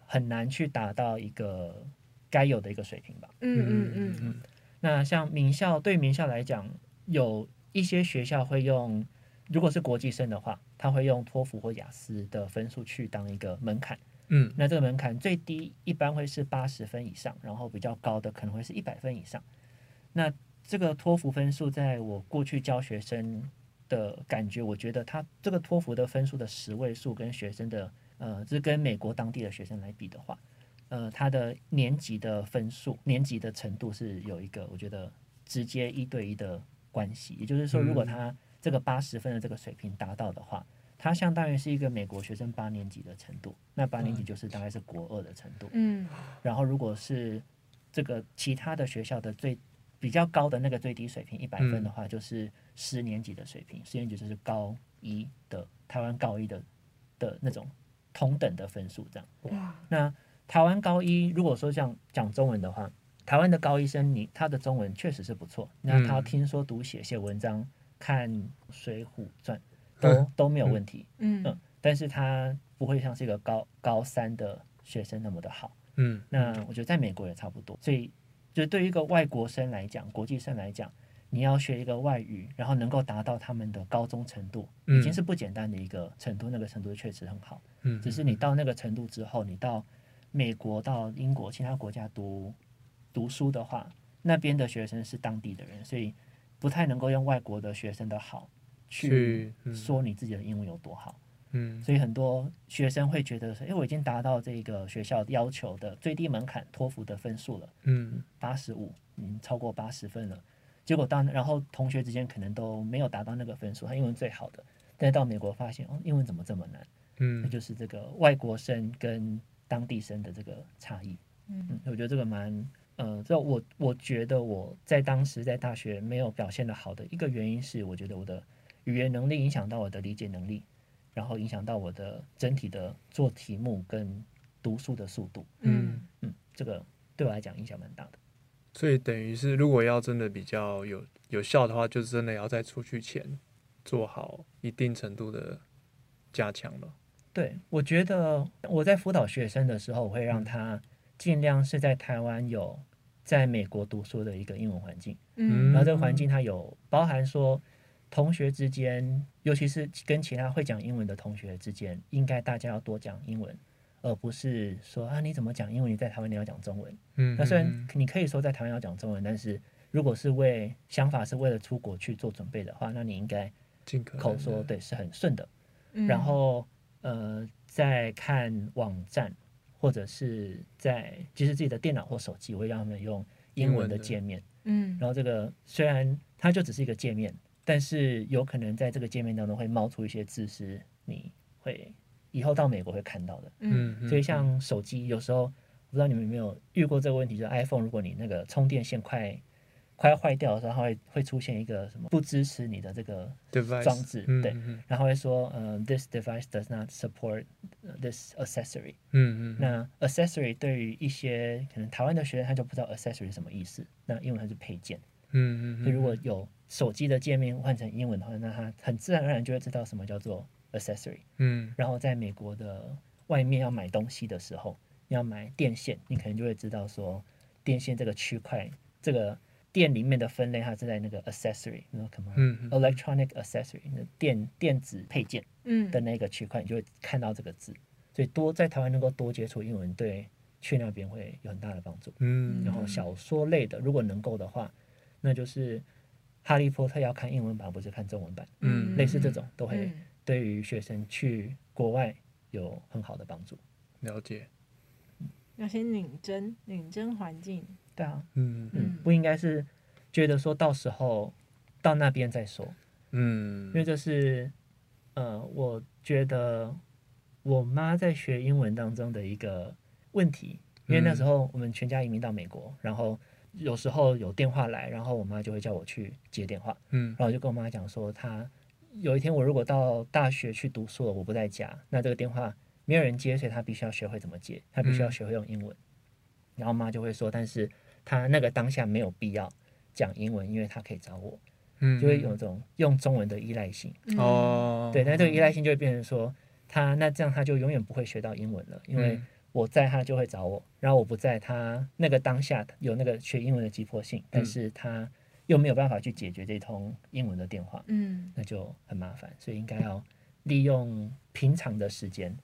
Speaker 4: 很难去达到一个该有的一个水平吧。
Speaker 1: 嗯嗯嗯嗯
Speaker 3: 嗯
Speaker 4: 那像名校，对名校来讲，有一些学校会用，如果是国际生的话，他会用托福或雅思的分数去当一个门槛。
Speaker 3: 嗯
Speaker 4: 那这个门槛最低一般会是八十分以上，然后比较高的可能会是一百分以上。那这个托福分数，在我过去教学生的感觉，我觉得他这个托福的分数的十位数跟学生的呃，这跟美国当地的学生来比的话，呃，他的年级的分数、年级的程度是有一个我觉得直接一对一的关系。也就是说，如果
Speaker 3: 嗯
Speaker 4: 他这个八十分的这个水平达到的话，它相当于是一个美国学生八年级的程度，那八年级就是大概是国二的程度。
Speaker 1: 嗯
Speaker 4: 然后如果是这个其他的学校的最比较高的那个最低水平一百分的话，就是十年级的水平，十年级就是高一的台湾高一的的那种同等的分数这样。
Speaker 1: 哇，
Speaker 4: 那台湾高一如果说像讲中文的话，台湾的高一生你他的中文确实是不错，那他
Speaker 3: 嗯
Speaker 4: 听说读写写文章看《水浒传》都都没有问题。
Speaker 1: 嗯
Speaker 4: 嗯，但是他不会像是一个高高三的学生那么的好。
Speaker 3: 嗯，
Speaker 4: 那我觉得在美国也差不多，所以就对于一个外国生来讲，国际生来讲，你要学一个外语，然后能够达到他们的高中程度，
Speaker 3: 嗯
Speaker 4: 已经是不简单的一个程度。那个程度确实很好，
Speaker 3: 嗯
Speaker 4: 只是你到那个程度之后，你到美国、到英国其他国家读读书的话，那边的学生是当地的人，所以不太能够用外国的学生的好去
Speaker 3: 去嗯
Speaker 4: 说你自己的英文有多好。
Speaker 3: 嗯
Speaker 4: 所以很多学生会觉得说，诶，我已经达到这个学校要求的最低门槛托福的分数了，
Speaker 3: 嗯
Speaker 4: 八十五，嗯，超过八十分了。结果当然后同学之间可能都没有达到那个分数，他英文最好的，但是到美国发现哦，英文怎么这么难？那
Speaker 3: 嗯，
Speaker 4: 就是这个外国生跟当地生的这个差异。
Speaker 1: 嗯
Speaker 4: 嗯，我觉得这个蛮，呃，这我我觉得我在当时在大学没有表现的好的一个原因是，我觉得我的语言能力影响到我的理解能力，然后影响到我的整体的做题目跟读书的速度。
Speaker 1: 嗯
Speaker 4: 嗯，这个对我来讲影响蛮大的。
Speaker 3: 所以等于是，如果要真的比较有有效的话，就真的要在出去前做好一定程度的加强了。
Speaker 4: 对，我觉得我在辅导学生的时候，我会让他尽量是在台湾有在美国读书的一个英文环境。
Speaker 1: 嗯
Speaker 4: 然后这个环境它有包含说，同学之间，尤其是跟其他会讲英文的同学之间，应该大家要多讲英文，而不是说啊你怎么讲英文，你在台湾你要讲中文。
Speaker 3: 嗯，
Speaker 4: 那虽然
Speaker 3: 嗯
Speaker 4: 你可以说在台湾要讲中文，但是如果是为想法是为了出国去做准备的话，那你应该
Speaker 3: 尽可能
Speaker 4: 口说
Speaker 3: 的，
Speaker 4: 对是很顺的。
Speaker 1: 嗯
Speaker 4: 然后呃，再看网站，或者是在其实自己的电脑或手机，我会让他们用英
Speaker 3: 英
Speaker 4: 文
Speaker 3: 文
Speaker 4: 的
Speaker 3: 的
Speaker 4: 界面。
Speaker 1: 嗯
Speaker 4: 然后这个虽然它就只是一个界面，但是有可能在这个界面当中会冒出一些字是你会以后到美国会看到的。
Speaker 1: 嗯
Speaker 3: 嗯，
Speaker 4: 所以像手机有时候，不知道你们有没有遇过这个问题，就是 iPhone 如果你那个充电线快快要坏掉的时候，它会会出现一个什么不支持你的这个
Speaker 3: device
Speaker 4: 装置
Speaker 3: 嗯
Speaker 4: 对
Speaker 3: 嗯
Speaker 4: 然后会说，呃，this device does not support uh, this accessory。
Speaker 3: 嗯嗯，
Speaker 4: 那 accessory 对于一些可能台湾的学生他就不知道 accessory 是什么意思，那英文它是配件。
Speaker 3: 嗯嗯
Speaker 4: 所
Speaker 3: 嗯，
Speaker 4: 以如果有手机的界面换成英文的话，那他很自然而然就会知道什么叫做 accessory。
Speaker 3: 嗯
Speaker 4: 然后在美国的外面要买东西的时候，要买电线，你可能就会知道说电线这个区块，这个电里面的分类它是在那个 accessory，那什么
Speaker 3: 嗯
Speaker 4: electronic accessory，那电电子配件
Speaker 1: 嗯
Speaker 4: 的那个区块，你就会看到这个字。所以多在台湾能够多接触英文，对去那边会有很大的帮助。
Speaker 3: 嗯，
Speaker 4: 然后小说类的，如果能够的话，那就是《哈利波特》要看英文版，不是看中文版，
Speaker 3: 嗯
Speaker 4: 类似这种都会
Speaker 1: 嗯
Speaker 4: 对于学生去国外有很好的帮助。
Speaker 3: 了解，
Speaker 1: 要先拧针，拧针环境，
Speaker 4: 对啊，
Speaker 3: 嗯
Speaker 4: 嗯
Speaker 1: 嗯，
Speaker 4: 不应该是觉得说到时候到那边再说，
Speaker 3: 嗯
Speaker 4: 因为这是呃，我觉得我妈在学英文当中的一个问题，因为
Speaker 3: 嗯
Speaker 4: 那时候我们全家移民到美国，然后有时候有电话来，然后我妈就会叫我去接电话，
Speaker 3: 嗯
Speaker 4: 然后我就跟我妈讲说，她有一天我如果到大学去读书了，我不在家，那这个电话没有人接，所以她必须要学会怎么接，她必须要
Speaker 3: 嗯
Speaker 4: 学会用英文。然后我妈就会说，但是她那个当下没有必要讲英文，因为她可以找我，
Speaker 3: 嗯
Speaker 4: 就会有种用中文的依赖性。
Speaker 1: 嗯，
Speaker 3: 哦，
Speaker 4: 对，但这个依赖性就会变成说，她那这样她就永远不会学到英文了，因为
Speaker 3: 嗯
Speaker 4: 我在她就会找我，然后我不在她那个当下有那个学英文的急迫性，但
Speaker 3: 嗯
Speaker 4: 是她又没有办法去解决这通英文的电话。
Speaker 1: 嗯
Speaker 4: 那就很麻烦，所以应该要利用平常的时间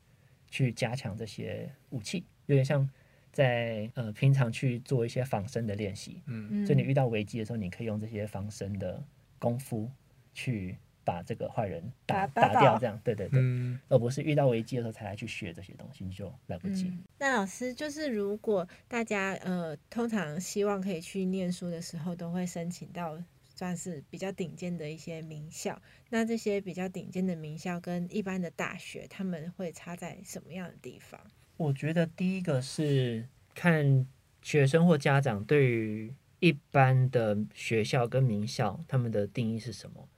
Speaker 4: 去加强这些武器，有点像在呃平常去做一些防身的练习。
Speaker 3: 嗯
Speaker 1: 嗯，
Speaker 4: 哦所以你遇到危机的时候，你可以用这些防身的功夫去把这个坏人打
Speaker 1: 打打倒
Speaker 4: 掉，这样对对对，
Speaker 3: 嗯
Speaker 4: 而不是遇到危机的时候才来去学这些东西，你就来不及。
Speaker 1: 嗯，那老师就是如果大家呃，通常希望可以去念书的时候，都会申请到算是比较顶尖的一些名校。那这些比较顶尖的名校跟一般的大学，他们会差在什么样的地方？
Speaker 4: 我觉得第一个是看学生或家长对于一般的学校跟名校他们的定义是什么。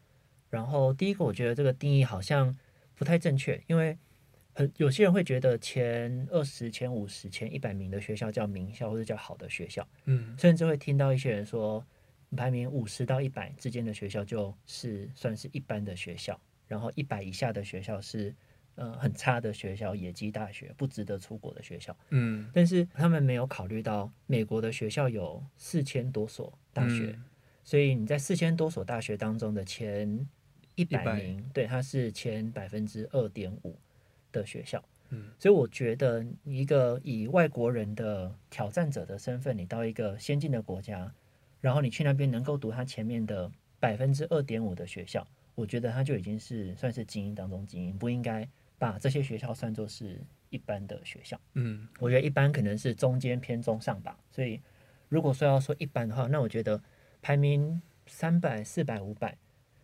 Speaker 4: 然后第一个，我觉得这个定义好像不太正确，因为很有些人会觉得前二十、前五十、前一百名的学校叫名校或者叫好的学校，
Speaker 3: 嗯
Speaker 4: 甚至会听到一些人说，排名五十到一百之间的学校就是算是一般的学校，然后一百以下的学校是呃很差的学校，野鸡大学，不值得出国的学校。
Speaker 3: 嗯，
Speaker 4: 但是他们没有考虑到，美国的学校有四千多所大学，
Speaker 3: 嗯
Speaker 4: 所以你在四千多所大学当中的前一百
Speaker 3: 100
Speaker 4: 名，对，它是前百分之二点五的学校。
Speaker 3: 嗯
Speaker 4: 所以我觉得一个以外国人的挑战者的身份，你到一个先进的国家，然后你去那边能够读它前面的百分之二点五的学校，我觉得它就已经是算是精英当中精英，不应该把这些学校算作是一般的学校。
Speaker 3: 嗯
Speaker 4: 我觉得一般可能是中间偏中上吧。所以如果说要说一般的话，那我觉得排名三百、四百、五百，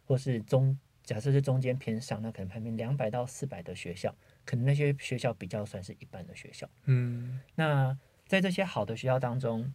Speaker 4: 或是中假设是中间偏上，那可能排名两百到四百的学校，可能那些学校比较算是一般的学校。
Speaker 3: 嗯
Speaker 4: 那在这些好的学校当中，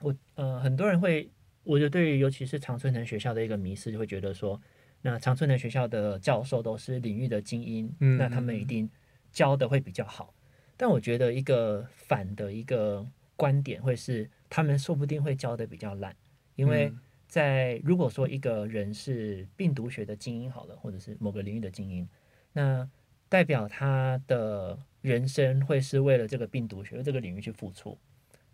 Speaker 4: 我呃很多人会，我觉得对于尤其是常春藤学校的一个迷失，就会觉得说，那常春藤学校的教授都是领域的精英，
Speaker 3: 嗯
Speaker 4: 那他们一定教的会比较好。但我觉得一个反的一个观点会是，他们说不定会教的比较烂，因为
Speaker 3: 嗯
Speaker 4: 在如果说一个人是病毒学的精英好了，或者是某个领域的精英，那代表他的人生会是为了这个病毒学为这个领域去付出，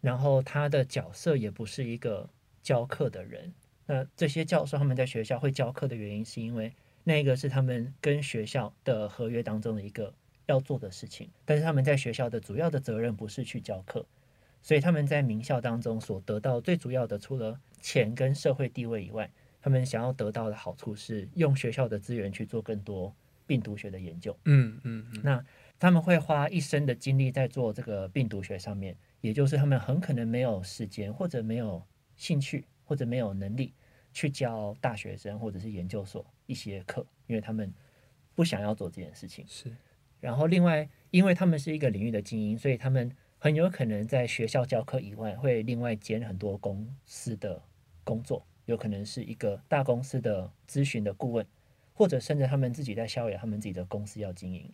Speaker 4: 然后他的角色也不是一个教课的人。那这些教授他们在学校会教课的原因，是因为那个是他们跟学校的合约当中的一个要做的事情，但是他们在学校的主要的责任不是去教课，所以他们在名校当中所得到最主要的，除了钱跟社会地位以外，他们想要得到的好处是用学校的资源去做更多病毒学的研究。
Speaker 3: 嗯嗯
Speaker 4: 他们会花一生的精力在做这个病毒学上面，也就是他们很可能没有时间，或者没有兴趣，或者没有能力去教大学生或者是研究所一些课，因为他们不想要做这件事情。
Speaker 3: 是
Speaker 4: 然后另外，因为他们是一个领域的精英，所以他们很有可能在学校教课以外，会另外兼很多公司的工作，有可能是一个大公司的咨询的顾问，或者甚至他们自己在校园，他们自己的公司要经营。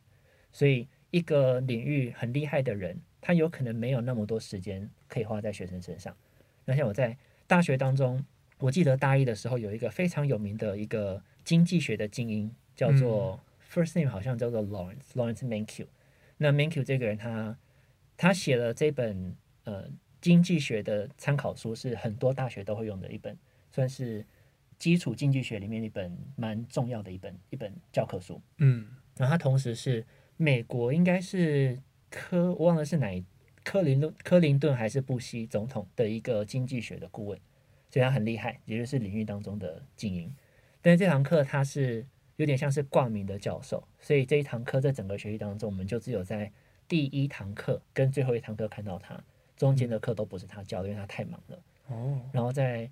Speaker 4: 所以，一个领域很厉害的人，他有可能没有那么多时间可以花在学生身上。那像我在大学当中，我记得大一的时候有一个非常有名的一个经济学的精英，叫做、first name 好像叫做 Lawrence Lawrence Mankiw。那 Mankiw 这个人他，他他写了这本呃经济学的参考书，是很多大学都会用的一本，算是基础经济学里面一本蛮重要的一本一本教科书。
Speaker 3: 嗯
Speaker 4: 然后他同时是美国应该是科我忘了是哪一克林顿克林顿还是布希总统的一个经济学的顾问，所以他很厉害，也就是领域当中的精英。但是这堂课他是有点像是挂名的教授，所以这一堂课在整个学期当中，我们就只有在第一堂课跟最后一堂课看到他，中间的课都不是他教的，因为他太忙了。
Speaker 3: 哦
Speaker 4: 然后在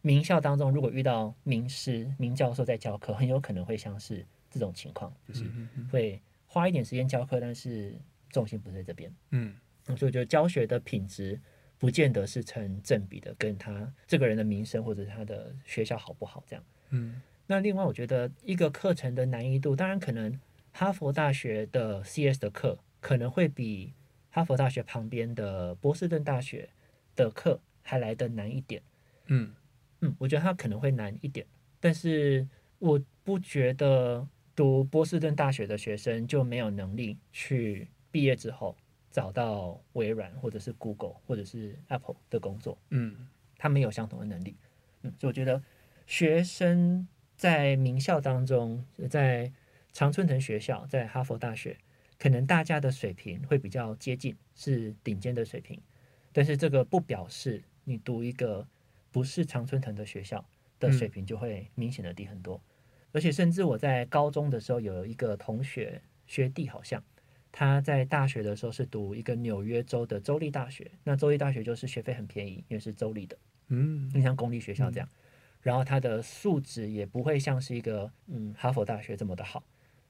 Speaker 4: 名校当中，如果遇到名师、名教授在教课，很有可能会像是这种情况，就是
Speaker 3: 嗯嗯
Speaker 4: 会花一点时间教课，但是重心不在这边。
Speaker 3: 嗯
Speaker 4: 所以我觉得教学的品质不见得是成正比的，跟他这个人的名声或者他的学校好不好这样。
Speaker 3: 嗯
Speaker 4: 那另外，我觉得一个课程的难易度，当然可能哈佛大学的 CS 的课可能会比哈佛大学旁边的波士顿大学的课还来得难一点。
Speaker 3: 嗯
Speaker 4: 嗯，我觉得它可能会难一点，但是我不觉得读波士顿大学的学生就没有能力去毕业之后找到微软或者是 Google 或者是 Apple 的工作，
Speaker 3: 嗯
Speaker 4: 他们有相同的能力。嗯，所以我觉得学生在名校当中，在常春藤学校，在哈佛大学，可能大家的水平会比较接近，是顶尖的水平。但是这个不表示你读一个不是常春藤的学校的水平就会明显的低很多。而且甚至我在高中的时候有一个同学学弟，好像他在大学的时候是读一个纽约州的州立大学，那州立大学就是学费很便宜，因为是州立的。
Speaker 3: 嗯
Speaker 4: 你像公立学校这样，然后他的素质也不会像是一个嗯哈佛大学这么的好，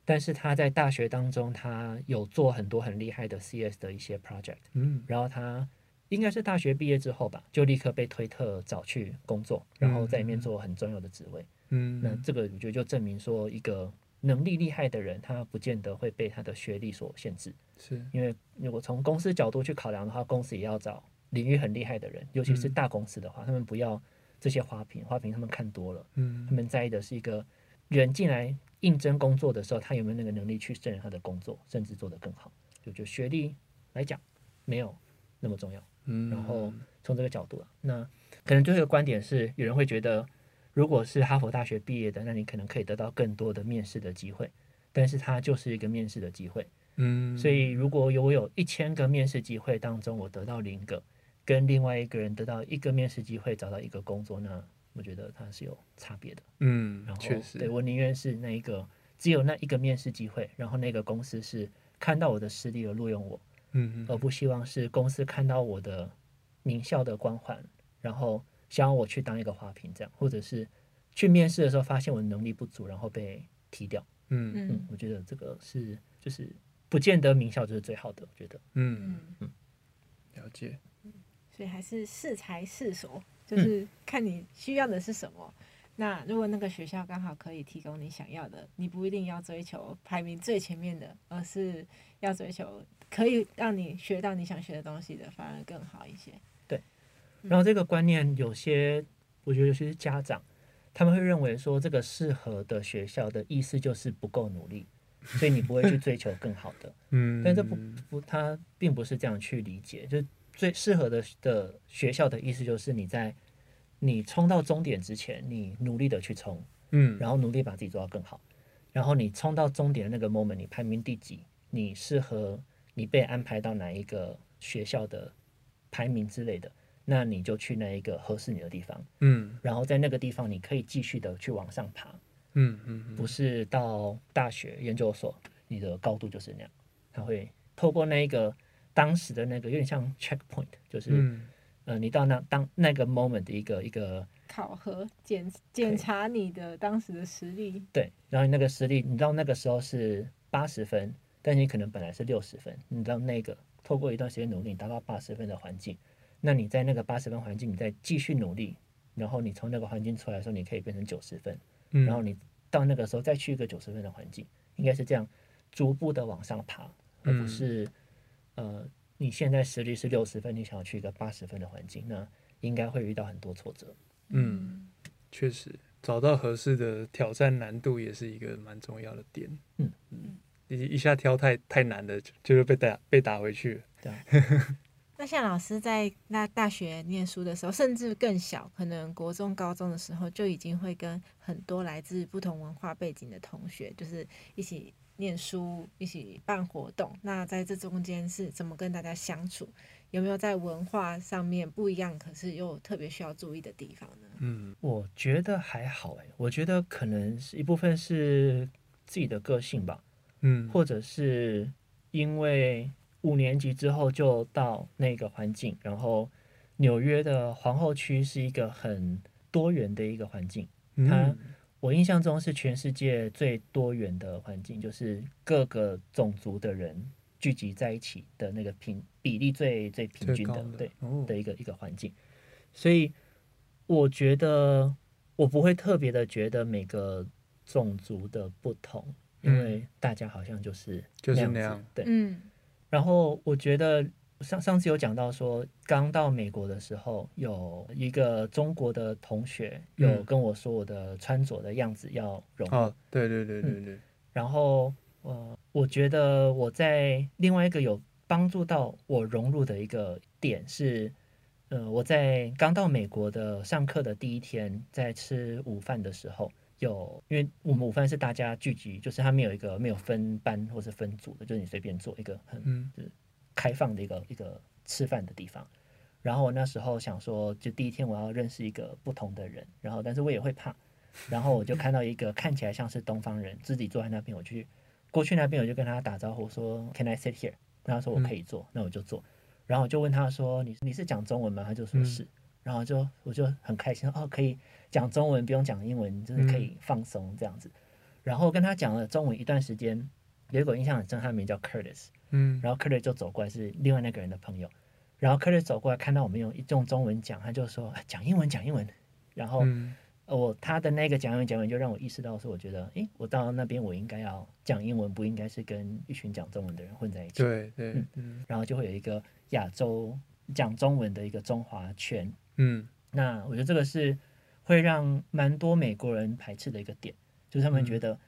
Speaker 4: 但是他在大学当中，他有做很多很厉害的 CS 的一些 project，
Speaker 3: 嗯
Speaker 4: 然后他应该是大学毕业之后吧，就立刻被推特找去工作，然后在里面做很重要的职位。那
Speaker 3: 嗯
Speaker 4: 这个我觉得就证明说，一个能力厉害的人，他不见得会被他的学历所限制。
Speaker 3: 是
Speaker 4: 因为如果从公司角度去考量的话，公司也要找领域很厉害的人，尤其是
Speaker 3: 嗯
Speaker 4: 大公司的话，他们不要这些花瓶，花瓶他们看多了，他
Speaker 3: 嗯
Speaker 4: 们在意的是一个人进来应征工作的时候，他有没有那个能力去胜任他的工作，甚至做得更好。就就学历来讲，没有那么重要。
Speaker 3: 嗯
Speaker 4: 然后从这个角度啊，那可能最后一个观点是，有人会觉得，如果是哈佛大学毕业的，那你可能可以得到更多的面试的机会，但是它就是一个面试的机会。
Speaker 3: 嗯
Speaker 4: 所以如果有我有一千个面试机会当中，我得到零个，跟另外一个人得到一个面试机会找到一个工作，那我觉得它是有差别的。
Speaker 3: 嗯
Speaker 4: 然后
Speaker 3: 确实
Speaker 4: 对我宁愿是那一个只有那一个面试机会，然后那个公司是看到我的实力而录用我，
Speaker 3: 嗯
Speaker 4: 而不希望是公司看到我的名校的光环，然后想要我去当一个花瓶这样，或者是去面试的时候发现我的能力不足，然后被踢掉。
Speaker 3: 嗯
Speaker 4: 嗯
Speaker 1: 嗯，
Speaker 4: 我觉得这个是就是不见得名校就是最好的，我觉得。
Speaker 3: 嗯
Speaker 1: 嗯，
Speaker 3: 了解
Speaker 1: 所以还是适才适所，就是看你需要的是什么。那如果那个学校刚好可以提供你想要的，你不一定要追求排名最前面的，而是要追求可以让你学到你想学的东西的，反而更好一些。
Speaker 4: 然后这个观念有些，我觉得有些家长他们会认为说，这个适合的学校的意思就是不够努力，所以你不会去追求更好的。
Speaker 3: 嗯
Speaker 4: 但这不不，他并不是这样去理解。就是最适合的的学校的意思就是你在你冲到终点之前，你努力的去冲，
Speaker 3: 嗯
Speaker 4: 然后努力把自己做到更好。然后你冲到终点的那个 moment，你排名第几，你适合你被安排到哪一个学校的排名之类的，那你就去那一个合适你的地方。
Speaker 3: 嗯
Speaker 4: 然后在那个地方，你可以继续的去往上爬，
Speaker 3: 嗯嗯
Speaker 4: 不是到大学研究所，你的高度就是那样。它会透过那一个当时的那个有点像 checkpoint，就是、
Speaker 3: 嗯
Speaker 4: 呃，你到那当那个 moment 的一个一个
Speaker 1: 考核检检查你的当时的实力，
Speaker 4: 对，然后你那个实力，你到那个时候是八十分，但你可能本来是六十分，你到那个透过一段时间努力，你达到八十分的环境，那你在那个八十分环境，你再继续努力，然后你从那个环境出来的时候，你可以变成九十分，
Speaker 3: 嗯
Speaker 4: 然后你到那个时候再去一个九十分的环境，应该是这样逐步的往上爬，而不
Speaker 3: 嗯
Speaker 4: 是、呃你现在实力是六十分，你想要去一个八十分的环境，那应该会遇到很多挫折。
Speaker 3: 嗯，确实，找到合适的挑战难度也是一个蛮重要的点。
Speaker 4: 嗯
Speaker 3: 嗯，一一下挑太太难的，就就会被打被打回去了。
Speaker 1: 那像老师在那大学念书的时候，甚至更小，可能国中、高中的时候就已经会跟很多来自不同文化背景的同学，就是一起念书、一起办活动。那在这中间是怎么跟大家相处？有没有在文化上面不一样，可是又特别需要注意的地方呢？
Speaker 3: 嗯，
Speaker 4: 我觉得还好诶，我觉得可能是一部分是自己的个性吧，
Speaker 3: 嗯，
Speaker 4: 或者是因为五年级之后就到那个环境，然后纽约的皇后区是一个很多元的一个环境，他
Speaker 3: 嗯
Speaker 4: 我印象中是全世界最多元的环境，就是各个种族的人聚集在一起的那个平比例最最平
Speaker 3: 最
Speaker 4: 均
Speaker 3: 高
Speaker 4: 的，对，
Speaker 3: 哦
Speaker 4: 的一个一个环境，所以我觉得我不会特别的觉得每个种族的不同，因
Speaker 3: 嗯
Speaker 4: 为大家好像就是
Speaker 3: 就是
Speaker 4: 子
Speaker 3: 那样
Speaker 4: 对。
Speaker 1: 嗯，
Speaker 4: 然后我觉得上上次有讲到说，刚到美国的时候，有一个中国的同学
Speaker 3: 嗯
Speaker 4: 有跟我说我的穿着的样子要融合，
Speaker 3: 哦，对对对对对，
Speaker 4: 然后呃，我觉得我在另外一个有帮助到我融入的一个点是，呃，我在刚到美国的上课的第一天，在吃午饭的时候。有，因为我们午饭是大家聚集，就是他们有一个没有分班或是分组的，就是你随便做一个很
Speaker 3: 嗯
Speaker 4: 开放的一个一个吃饭的地方。然后我那时候想说，就第一天我要认识一个不同的人，然后但是我也会怕，然后我就看到一个看起来像是东方人，自己坐在那边，我去过去那边我就跟他打招呼说，Can I sit here？然后他说我可以坐，那我就坐。然后我就问他说，你你是讲中文吗？他就说
Speaker 3: 嗯
Speaker 4: 是。然后就我就很开心哦，可以讲中文，不用讲英文，就是可以放松这样子。然后跟他讲了中文一段时间，有一个我印象很深，他的名叫 Curtis，
Speaker 3: 嗯，
Speaker 4: 然后 Curtis 就走过来，是另外那个人的朋友。然后 Curtis 走过来，看到我们用用中文讲，他就说、啊讲英文，讲英文。然后、
Speaker 3: 嗯
Speaker 4: 呃我他的那个讲英文讲英文，就让我意识到说，我觉得，诶，我到那边我应该要讲英文，不应该是跟一群讲中文的人混在一起。
Speaker 3: 对对
Speaker 4: 嗯
Speaker 3: 嗯
Speaker 4: 然后就会有一个亚洲讲中文的一个中华圈。
Speaker 3: 嗯
Speaker 4: 那我觉得这个是会让蛮多美国人排斥的一个点，就是他
Speaker 3: 嗯
Speaker 4: 们觉得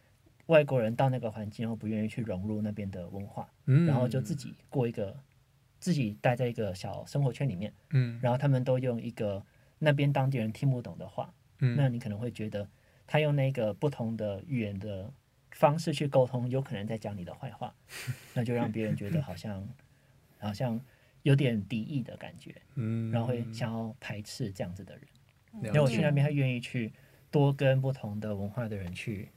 Speaker 4: 外国人到那个环境后不愿意去融入那边的文化。
Speaker 3: 嗯，
Speaker 4: 然后就自己过一个自己待在一个小生活圈里面，
Speaker 3: 嗯
Speaker 4: 然后他们都用一个那边当地人听不懂的话，
Speaker 3: 嗯
Speaker 4: 那你可能会觉得他用那个不同的语言的方式去沟通，有可能在讲你的坏话， 那就让别人觉得好像好像有点敌意的感觉，
Speaker 3: 嗯，
Speaker 4: 然后会想要排斥这样子的人。
Speaker 3: 了
Speaker 4: 因为我
Speaker 3: 解
Speaker 4: 去那边，他愿意去多跟不同的文化的人去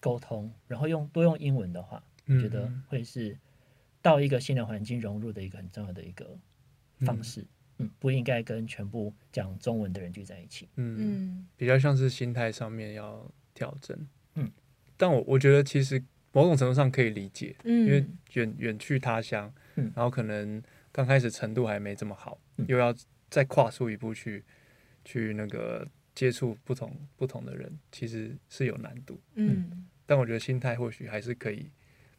Speaker 4: 沟通，然后用多用英文的话，我觉得
Speaker 3: 嗯
Speaker 4: 会是到一个新的环境融入的一个很重要的一个方式。嗯，不应该跟全部讲中文的人聚在一起。
Speaker 3: 嗯
Speaker 1: 嗯
Speaker 3: 比较像是心态上面要调整。
Speaker 4: 嗯，
Speaker 3: 但我我觉得其实某种程度上可以理解，
Speaker 1: 嗯，
Speaker 3: 因为远远去他乡，
Speaker 4: 嗯
Speaker 3: 然后可能刚开始程度还没这么好，
Speaker 4: 嗯
Speaker 3: 又要再跨出一步去去那个接触不同不同的人，其实是有难度。
Speaker 1: 嗯
Speaker 3: 但我觉得心态或许还是可以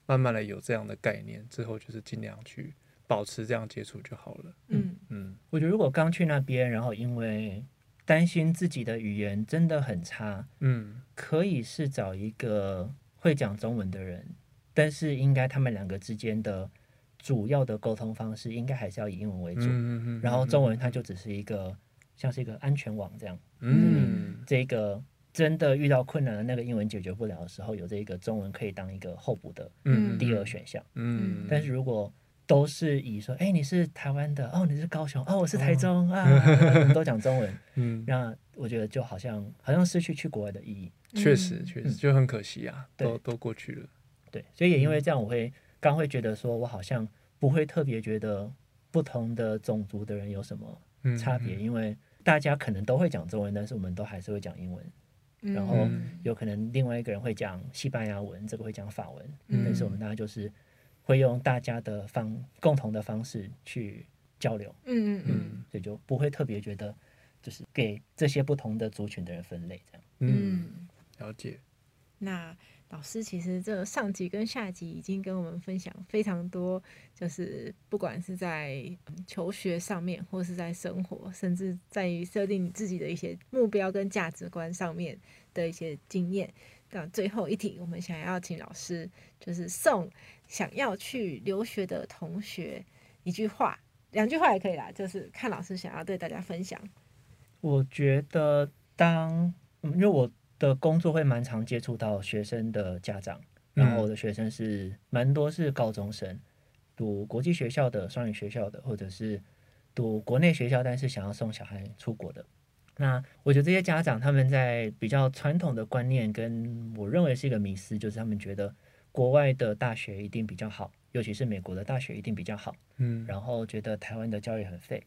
Speaker 3: 慢慢的有这样的概念，之后就是尽量去保持这样接触就好了。
Speaker 1: 嗯
Speaker 3: 嗯
Speaker 4: 我觉得如果刚去那边，然后因为担心自己的语言真的很差，
Speaker 3: 嗯
Speaker 4: 可以是找一个会讲中文的人，但是应该他们两个之间的主要的沟通方式应该还是要以英文为
Speaker 3: 嗯
Speaker 4: 主，
Speaker 3: 嗯嗯，
Speaker 4: 然后中文它就只是一个像是一个安全网这样。
Speaker 3: 嗯
Speaker 4: 这个真的遇到困难的那个英文解决不了的时候，有这个中文可以当一个候补的
Speaker 3: 嗯
Speaker 4: 第二选项。
Speaker 3: 嗯，
Speaker 4: 但是如果都是以说，哎，你是台湾的，哦，你是高雄，哦，我是台中、啊，我们都讲中文，
Speaker 3: 嗯
Speaker 4: 那我觉得就好像好像失去去国外的意义。
Speaker 3: 确实，确实
Speaker 4: 嗯
Speaker 3: 就很可惜啊，
Speaker 4: 对
Speaker 3: 都都过去了。
Speaker 4: 对，所以也
Speaker 3: 嗯
Speaker 4: 因为这样，我会刚会觉得说我好像不会特别觉得不同的种族的人有什么
Speaker 3: 嗯
Speaker 4: 差别，因为大家可能都会讲中文，但是我们都还是会讲英文。
Speaker 1: 嗯
Speaker 4: 然后有可能另外一个人会讲西班牙文，这个会讲法文，
Speaker 1: 嗯
Speaker 4: 但是我们大家就是会用大家的方共同的方式去交流，
Speaker 1: 嗯嗯嗯
Speaker 3: 嗯
Speaker 4: 所以就不会特别觉得就是给这些不同的族群的人分类这样。
Speaker 3: 嗯，
Speaker 1: 嗯。
Speaker 3: 了解。
Speaker 1: 那老师其实这上集跟下集已经跟我们分享非常多，就是不管是在嗯求学上面，或是在生活，甚至在于设定你自己的一些目标跟价值观上面的一些经验。那最后一题，我们想要请老师就是送想要去留学的同学一句话，两句话也可以啦，就是看老师想要对大家分享。
Speaker 4: 我觉得当，嗯因为我的工作会蛮常接触到学生的家长，然后我的学生是蛮多是高中生，读国际学校的、双语学校的，或者是读国内学校，但是想要送小孩出国的。那我觉得这些家长他们在比较传统的观念跟我认为是一个迷思，就是他们觉得国外的大学一定比较好，尤其是美国的大学一定比较好。
Speaker 3: 嗯，
Speaker 4: 然后觉得台湾的教育很废，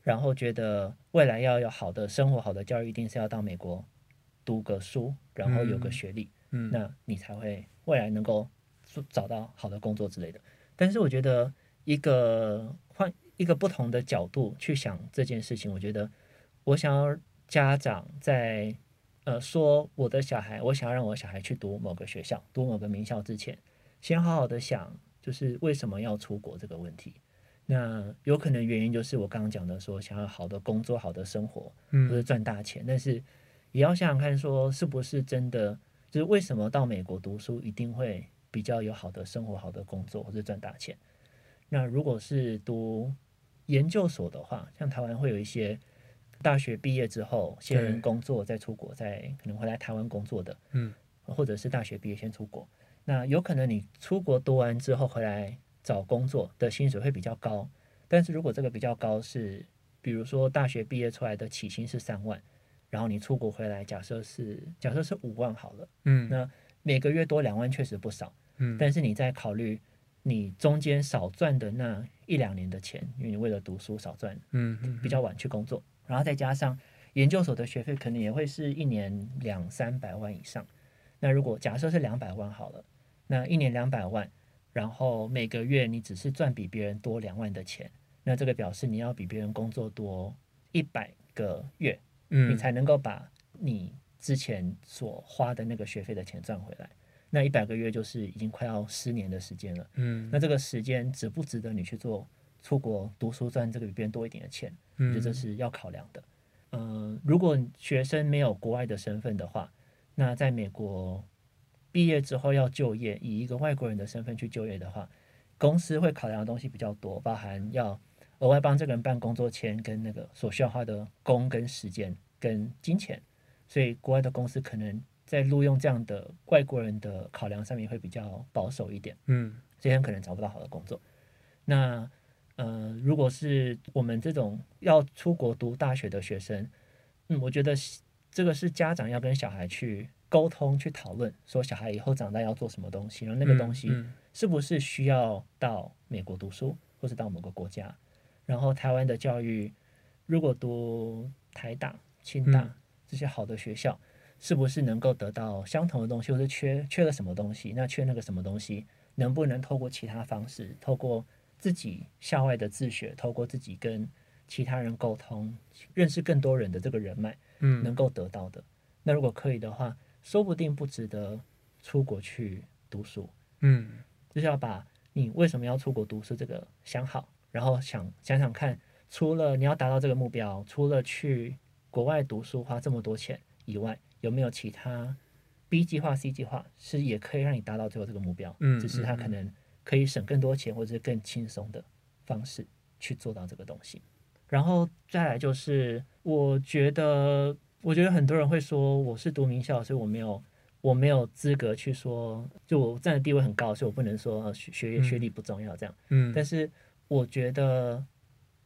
Speaker 4: 然后觉得未来要有好的生活、好的教育，一定是要到美国读个书，然后有个
Speaker 3: 嗯
Speaker 4: 学历，
Speaker 3: 嗯
Speaker 4: 那你才会未来能够做找到好的工作之类的。但是我觉得一个换一个不同的角度去想这件事情，我觉得我想要家长在呃说我的小孩，我想要让我小孩去读某个学校、读某个名校之前，先好好的想，就是为什么要出国这个问题。那有可能原因就是我刚刚讲的说，想要好的工作、好的生活，或者
Speaker 3: 嗯
Speaker 4: 赚大钱，但是也要想想看，说是不是真的，就是为什么到美国读书一定会比较有好的生活、好的工作或者赚大钱？那如果是读研究所的话，像台湾会有一些大学毕业之后
Speaker 3: 对
Speaker 4: 先工作，再出国，再可能会来台湾工作的，
Speaker 3: 嗯，
Speaker 4: 或者是大学毕业先出国。那有可能你出国读完之后回来找工作的薪水会比较高，但是如果这个比较高是，比如说大学毕业出来的起薪是三万，然后你出国回来，假设是假设是五万好了，
Speaker 3: 嗯
Speaker 4: 那每个月多两万确实不少，
Speaker 3: 嗯，
Speaker 4: 但是你在考虑你中间少赚的那一两年的钱，因为你为了读书少赚
Speaker 3: 嗯嗯
Speaker 4: 比较晚去工作，然后再加上研究所的学费可能也会是一年两三百万以上。那如果假设是两百万好了，那一年两百万，然后每个月你只是赚比别人多两万的钱，那这个表示你要比别人工作多一百个月，
Speaker 3: 嗯
Speaker 4: 你才能够把你之前所花的那个学费的钱赚回来。那一百个月就是已经快要十年的时间了。
Speaker 3: 嗯
Speaker 4: 那这个时间值不值得你去做出国读书赚这个比别人多一点的钱？我觉得
Speaker 3: 嗯
Speaker 4: 这是要考量的。嗯，如果学生没有国外的身份的话，那在美国毕业之后要就业，以一个外国人的身份去就业的话，公司会考量的东西比较多，包含要额外帮这个人办工作签，跟那个所需要花的工跟时间跟金钱，所以国外的公司可能在录用这样的外国人的考量上面会比较保守一点。
Speaker 3: 嗯
Speaker 4: 这些人可能找不到好的工作。那呃，如果是我们这种要出国读大学的学生，嗯，我觉得是这个是家长要跟小孩去沟通、去讨论，说小孩以后长大要做什么东西，然后那个东西
Speaker 3: 嗯
Speaker 4: 是不是需要到美国读书，或是到某个国家？然后台湾的教育，如果读台大、清大、
Speaker 3: 嗯
Speaker 4: 这些好的学校，是不是能够得到相同的东西，或是缺缺了什么东西？那缺那个什么东西，能不能透过其他方式，透过自己校外的自学，透过自己跟其他人沟通，认识更多人的这个人脉，
Speaker 3: 嗯
Speaker 4: 能够得到的？那如果可以的话，说不定不值得出国去读书。
Speaker 3: 嗯
Speaker 4: 就是要把你为什么要出国读书这个想好，然后想想想看，除了你要达到这个目标，除了去国外读书花这么多钱以外，有没有其他 B 计划、C 计划是也可以让你达到最后这个目标？
Speaker 3: 嗯
Speaker 4: 只是它
Speaker 3: 嗯
Speaker 4: 可
Speaker 3: 嗯
Speaker 4: 能可以省更多钱，或者是更轻松的方式去做到这个东西。然后再来就是，我觉得，我觉得很多人会说我是读名校，所以我没有我没有资格去说，就我站的地位很高，所以我不能说呃学学业
Speaker 3: 嗯
Speaker 4: 学历不重要这样。
Speaker 3: 嗯，
Speaker 4: 但是我觉得，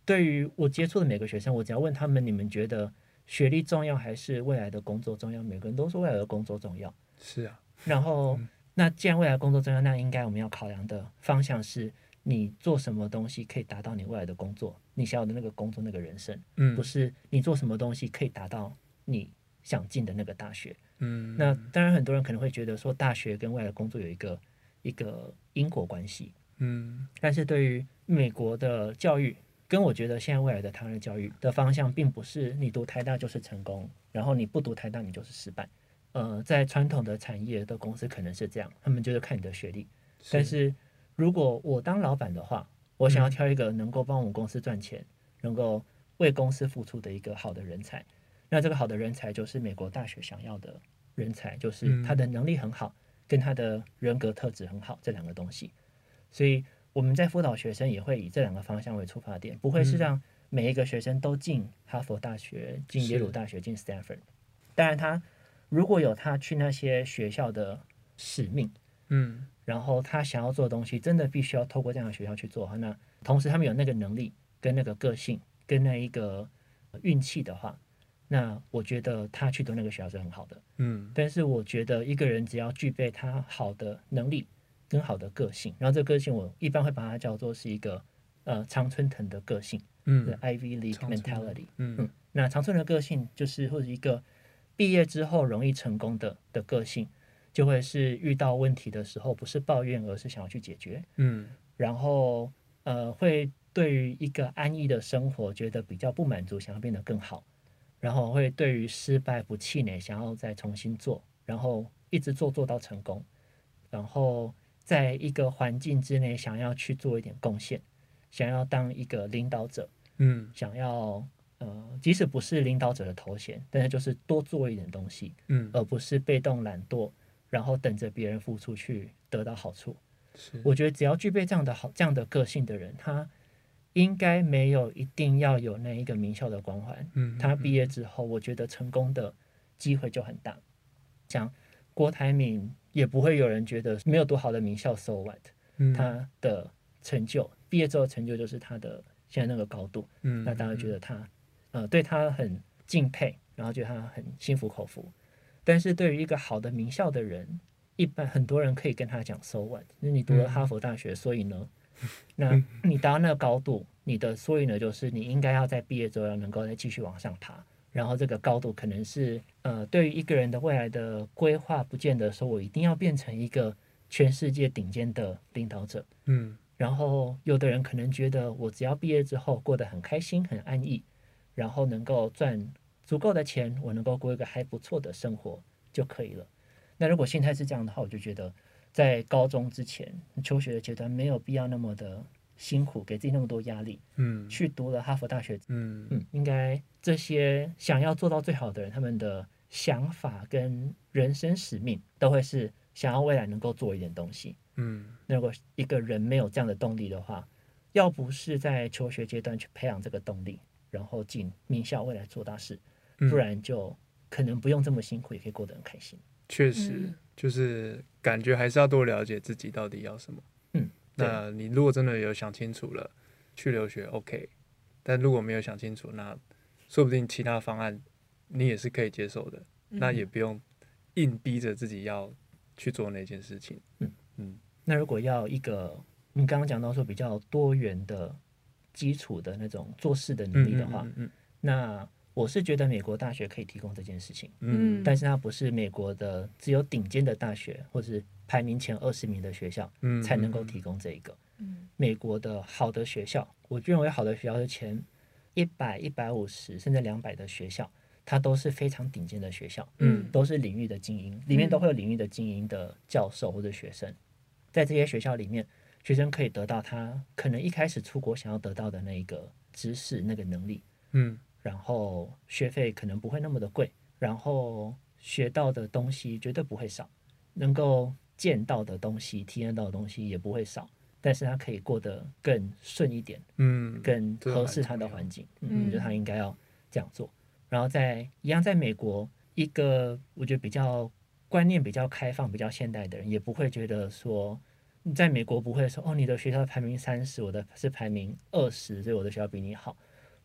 Speaker 4: 对于我接触的每个学生，我只要问他们，你们觉得学历重要还是未来的工作重要？每个人都说未来的工作重要。
Speaker 3: 是啊，
Speaker 4: 然后，那既然未来工作重要，那应该我们要考量的方向是你做什么东西可以达到你未来的工作，你想要的那个工作那个人生，
Speaker 3: 嗯
Speaker 4: 不是你做什么东西可以达到你想进的那个大学。
Speaker 3: 嗯
Speaker 4: 那当然，很多人可能会觉得说，大学跟未来的工作有一个一个因果关系。
Speaker 3: 嗯
Speaker 4: 但是对于美国的教育，跟我觉得现在未来的台湾的教育的方向，并不是你读台大就是成功，然后你不读台大你就是失败。呃，在传统的产业的公司可能是这样，他们就是看你的学历。但是如果我当老板的话，我
Speaker 3: 嗯
Speaker 4: 想要挑一个能够帮我们公司赚钱、能够为公司付出的一个好的人才。那这个好的人才就是美国大学想要的人才，就是他的
Speaker 3: 嗯
Speaker 4: 能力很好，跟他的人格特质很好这两个东西。所以我们在辅导学生也会以这两个方向为出发点，不会
Speaker 3: 嗯
Speaker 4: 是让每一个学生都进哈佛大学、进耶鲁
Speaker 3: 是
Speaker 4: 大学、进 Stanford。当然，他如果有他去那些学校的使命，
Speaker 3: 嗯
Speaker 4: 然后他想要做的东西，真的必须要透过这样的学校去做的话。那同时他们有那个能力、跟那个个性、跟那一个运气的话，那我觉得他去读那个学校是很好的。
Speaker 3: 嗯
Speaker 4: 但是我觉得一个人只要具备他好的能力跟好的个性，然后这个个性我一般会把它叫做是一个呃常春藤的个性，就是
Speaker 3: 嗯
Speaker 4: Ivy League
Speaker 3: 常春藤
Speaker 4: mentality。嗯
Speaker 3: 嗯，
Speaker 4: 那常春藤的个性就是或者一个毕业之后容易成功的的个性，就会是遇到问题的时候不是抱怨，而是想要去解决，
Speaker 3: 嗯
Speaker 4: 然后呃会对于一个安逸的生活觉得比较不满足，想要变得更好，然后会对于失败不气馁，想要再重新做，然后一直做做到成功，然后在一个环境之内想要去做一点贡献，想要当一个领导者。
Speaker 3: 嗯
Speaker 4: 想要呃，即使不是领导者的头衔，但是就是多做一点东西，
Speaker 3: 嗯，
Speaker 4: 而不是被动懒惰，然后等着别人付出去得到好处。
Speaker 3: 是
Speaker 4: 我觉得只要具备这样的好、这样的个性的人，他应该没有一定要有那一个名校的光环。
Speaker 3: 嗯
Speaker 4: 他毕业之后，我觉得成功的机会就很大。像郭台铭，也不会有人觉得没有读好的名校，so what？
Speaker 3: 嗯
Speaker 4: 他的成就，毕业之后的成就就是他的现在那个高度。
Speaker 3: 嗯
Speaker 4: 那大家觉得他，呃，对他很敬佩，然后觉得他很心服口服。但是对于一个好的名校的人，一般很多人可以跟他讲 “so what”，就是你读
Speaker 3: 嗯
Speaker 4: 了哈佛大学，所以 呢，那你达到那个高度，你的所以呢，就是你应该要在毕业之后要能够再继续往上爬。然后这个高度可能是，呃，对于一个人的未来的规划，不见得说我一定要变成一个全世界顶尖的领导者，
Speaker 3: 嗯
Speaker 4: 然后有的人可能觉得我只要毕业之后过得很开心、很安逸，然后能够赚足够的钱，我能够过一个还不错的生活就可以了。那如果心态是这样的话，我就觉得在高中之前求学的阶段没有必要那么的辛苦，给自己那么多压力。
Speaker 3: 嗯
Speaker 4: 去读了哈佛大学，
Speaker 3: 嗯
Speaker 4: 嗯，应该这些想要做到最好的人，他们的想法跟人生使命都会是想要未来能够做一点东西。
Speaker 3: 嗯
Speaker 4: 那如果一个人没有这样的动力的话，要不是在求学阶段去培养这个动力，然后进名校未来做大事，
Speaker 3: 嗯
Speaker 4: 不然就可能不用这么辛苦，也可以过得很开心。
Speaker 3: 确实
Speaker 1: 嗯
Speaker 3: 就是感觉还是要多了解自己到底要什么。
Speaker 4: 嗯，对，
Speaker 3: 那你如果真的有想清楚了，去留学 OK，但如果没有想清楚，那说不定其他方案你也是可以接受的，
Speaker 1: 嗯
Speaker 3: 那也不用硬逼着自己要去做那件事情。
Speaker 4: 嗯
Speaker 3: 嗯
Speaker 4: 那如果要一个你刚刚讲到说比较多元的基础的那种做事的能力的话，
Speaker 3: 嗯嗯
Speaker 4: 那我是觉得美国大学可以提供这件事情，
Speaker 3: 嗯
Speaker 4: 但是它不是美国的只有顶尖的大学或是排名前二十名的学校
Speaker 3: 嗯
Speaker 4: 才能够提供这一个。
Speaker 1: 嗯
Speaker 4: 美国的好的学校，我认为好的学校是前一百、一百五十甚至两百的学校，它都是非常顶尖的学校，
Speaker 3: 嗯
Speaker 4: 都是领域的精英，里面
Speaker 1: 嗯
Speaker 4: 都会有领域的精英的教授或者学生。在这些学校里面，学生可以得到他可能一开始出国想要得到的那一个知识、那个能力，
Speaker 3: 嗯
Speaker 4: 然后学费可能不会那么的贵，然后学到的东西绝对不会少，能够见到的东西、体验到的东西也不会少，但是他可以过得更顺一点，
Speaker 3: 嗯
Speaker 4: 更
Speaker 3: 这个
Speaker 4: 合
Speaker 3: 蛮
Speaker 4: 适他
Speaker 3: 重
Speaker 4: 的
Speaker 3: 要
Speaker 4: 环境。
Speaker 1: 嗯
Speaker 4: 嗯，我觉得他应该要这样做。然后在一样在美国，一个我觉得比较观念比较开放、比较现代的人，也不会觉得说。你在美国不会说哦，你的学校排名三十，我的是排名二十，所以我的学校比你好。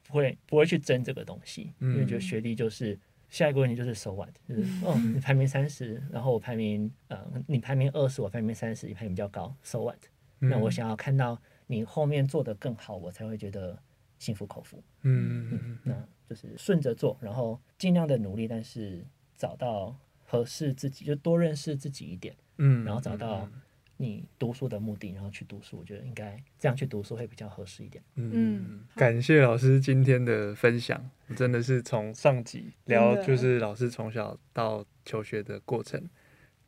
Speaker 4: 不会不会去争这个东西，因为觉得
Speaker 1: 嗯
Speaker 4: 学历就是下一个问题就是 so what，就是哦你排名三十，然后我排名呃你排名二十，我排名三十，你排名比较高，so what？那
Speaker 3: 嗯
Speaker 4: 我想要看到你后面做得更好，我才会觉得心服口服。
Speaker 3: 嗯嗯嗯
Speaker 4: 那就是顺着做，然后尽量的努力，但是找到合适自己，就多认识自己一点，
Speaker 3: 嗯，
Speaker 4: 然后找到
Speaker 3: 嗯
Speaker 4: 你读书的目的，然后去读书。我觉得应该这样去读书会比较合适一点。
Speaker 3: 嗯，感谢老师今天的分享，真的是从上集聊
Speaker 1: 真的
Speaker 3: 就是老师从小到求学的过程，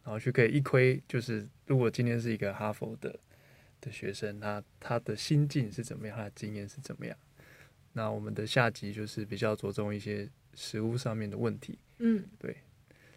Speaker 3: 然后去可以一窥，就是如果今天是一个哈佛的的学生，他他的心境是怎么样，他的经验是怎么样。那我们的下集就是比较着重一些实物上面的问题，
Speaker 1: 嗯，
Speaker 3: 对。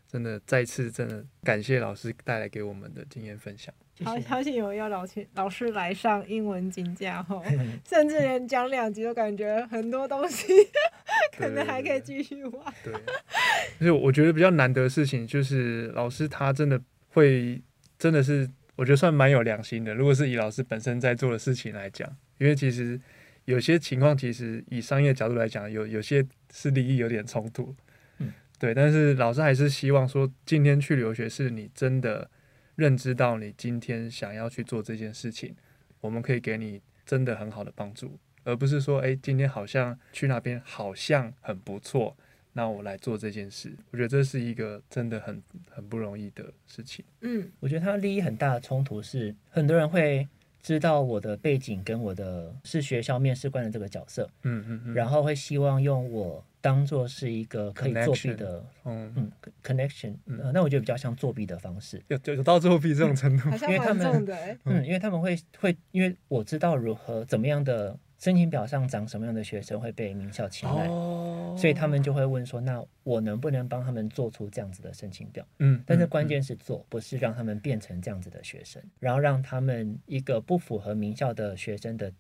Speaker 3: 真的再次真的感谢老师带来给我们的经验分享。
Speaker 4: 谢
Speaker 1: 好
Speaker 4: 谢。
Speaker 1: 好想有要老师老师来上英文竞价 吼，甚至连讲两集都感觉很多东西 可能还可以继续玩。
Speaker 3: 对， 就是我觉得比较难得的事情，就是老师他真的会，真的是我觉得算蛮有良心的。如果是以老师本身在做的事情来讲，因为其实有些情况，其实以商业角度来讲，有有些是利益有点冲突。
Speaker 4: 嗯，
Speaker 3: 对，但是老师还是希望说，今天去留学是你真的认知到你今天想要去做这件事情，我们可以给你真的很好的帮助，而不是说，哎，今天好像去那边好像很不错，那我来做这件事，我觉得这是一个真的很很不容易的事情。
Speaker 1: 嗯，
Speaker 4: 我觉得它利益很大的冲突是，很多人会知道我的背景跟我的是学校面试官的这个角色，
Speaker 3: 嗯嗯嗯，
Speaker 4: 然后会希望用我当做是一个可以作弊的
Speaker 3: 嗯，
Speaker 4: 嗯 connection，
Speaker 3: 嗯
Speaker 4: 呃那我觉得比较像作弊的方式。
Speaker 3: 有有有到作弊这种程度
Speaker 1: 好，像
Speaker 4: 因为他
Speaker 1: 蛮
Speaker 4: 们
Speaker 1: 重的、欸。
Speaker 3: 嗯
Speaker 4: 嗯，因为他们会会，因为我知道如何怎么样的申请表上长什么样的学生会被名校青睐，
Speaker 3: 哦
Speaker 4: 嗯 所以他们就会问说，那我能不能帮他们做出这样子的申请表？
Speaker 3: 嗯，
Speaker 4: 但是
Speaker 3: 嗯
Speaker 4: 关键是做，不是让他们变成这样子的学生，然后让他们一个不符合名校的学生的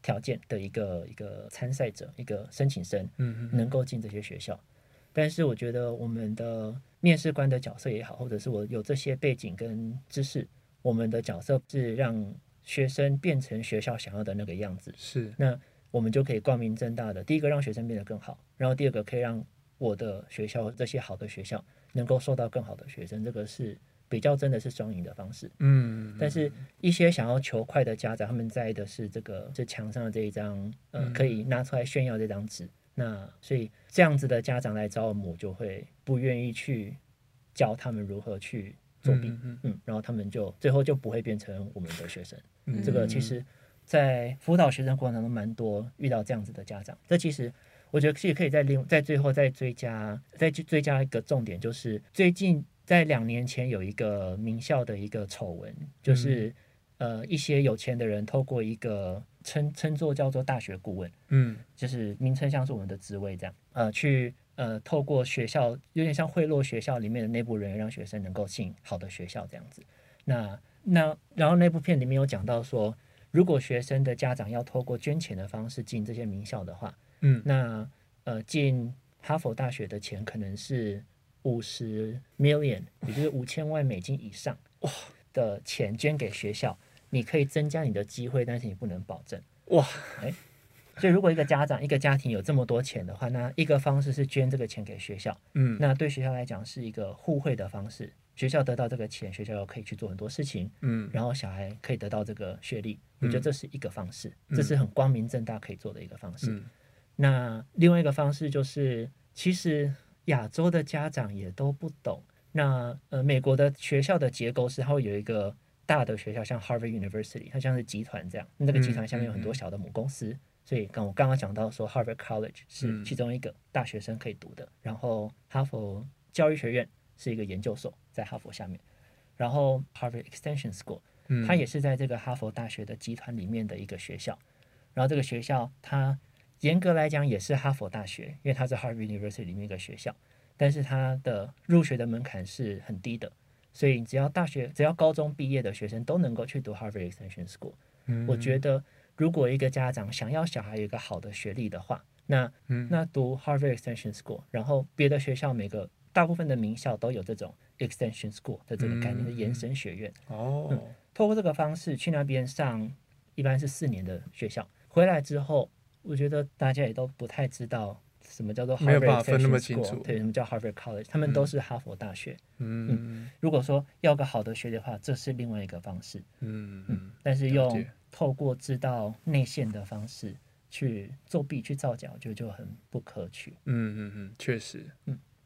Speaker 4: 条件的一个一个参赛者，一个申请生，
Speaker 3: 嗯嗯
Speaker 4: 能够进这些学校。但是我觉得我们的面试官的角色也好，或者是我有这些背景跟知识，我们的角色是让学生变成学校想要的那个样子，
Speaker 3: 是
Speaker 4: 那我们就可以光明正大的，第一个让学生变得更好，然后第二个可以让我的学校这些好的学校能够受到更好的学生，这个是比较真的是双赢的方式。
Speaker 3: 嗯，
Speaker 4: 但是，一些想要求快的家长，他们在意的是这个这墙上的这一张，呃
Speaker 3: 嗯，
Speaker 4: 可以拿出来炫耀这张纸。那所以这样子的家长来找我们，我就会不愿意去教他们如何去作弊，
Speaker 3: 嗯嗯
Speaker 4: 嗯，然后他们就最后就不会变成我们的学生。
Speaker 3: 嗯
Speaker 4: 这个其实，在辅导学生过程当中，蛮多遇到这样子的家长。这其实我觉得其实可以在另在最后再追加再去追加一个重点，就是最近在两年前有一个名校的一个丑闻，就是、呃一些有钱的人透过一个称称作叫做大学顾问，
Speaker 3: 嗯
Speaker 4: 就是名称像是我们的职位这样，呃，去呃透过学校有点像贿赂学校里面的内部人员，让学生能够进好的学校这样子。那那然后那部片里面有讲到说，如果学生的家长要透过捐钱的方式进这些名校的话，
Speaker 3: 嗯
Speaker 4: 那呃进哈佛大学的钱可能是五十 million，也就是五千万美金以上的钱捐给学校，你可以增加你的机会，但是你不能保证。哎
Speaker 3: 哇，
Speaker 4: 所以，如果一个家长、一个家庭有这么多钱的话，那一个方式是捐这个钱给学校，
Speaker 3: 嗯
Speaker 4: 那对学校来讲是一个互惠的方式。学校得到这个钱，学校可以去做很多事情，
Speaker 3: 嗯
Speaker 4: 然后小孩可以得到这个学历。我觉得这是一个方式，
Speaker 3: 嗯
Speaker 4: 这是很光明正大可以做的一个方式。
Speaker 3: 嗯
Speaker 4: 那另外一个方式就是，其实亚洲的家长也都不懂。那呃，美国的学校的结构是，它会有一个大的学校，像 Harvard University，它像是集团这样。那个集团下面有很多小的母公司，所以刚我刚刚讲到说，Harvard College 是
Speaker 3: 嗯
Speaker 4: 其中一个大学生可以读的，然后哈佛教育学院是一个研究所，在哈佛下面，然后 Harvard Extension School
Speaker 3: 嗯，
Speaker 4: 它也是在这个哈佛大学的集团里面的一个学校。然后这个学校它严格来讲也是哈佛大学，因为它是 Harvard University 里面一个学校，但是它的入学的门槛是很低的，所以只要大学只要高中毕业的学生都能够去读 Harvard Extension School。我
Speaker 3: 嗯
Speaker 4: 觉得如果一个家长想要小孩有一个好的学历的话，那
Speaker 3: 嗯
Speaker 4: 那读 Harvard Extension School，然后别的学校每个大部分的名校都有这种 Extension School 的这个概念的
Speaker 3: 嗯
Speaker 4: 延伸学院。
Speaker 3: 哦，
Speaker 4: 透过这个方式去那边上，一般是四年的学校，回来之后，我觉得大家也都不太知道什么叫做 Harvard
Speaker 3: 没有办法分那么
Speaker 4: Extension
Speaker 3: 清楚
Speaker 4: School，对，什么叫 Harvard College，他们都是哈佛大学。
Speaker 3: 嗯
Speaker 4: 如果说要个好的学历的话，这是另外一个方式，
Speaker 3: 嗯嗯
Speaker 4: 但是
Speaker 3: 了
Speaker 4: 用
Speaker 3: 解
Speaker 4: 透过知道内线的方式去作弊、去造假，我觉得就很不可取。
Speaker 3: 嗯嗯，确实，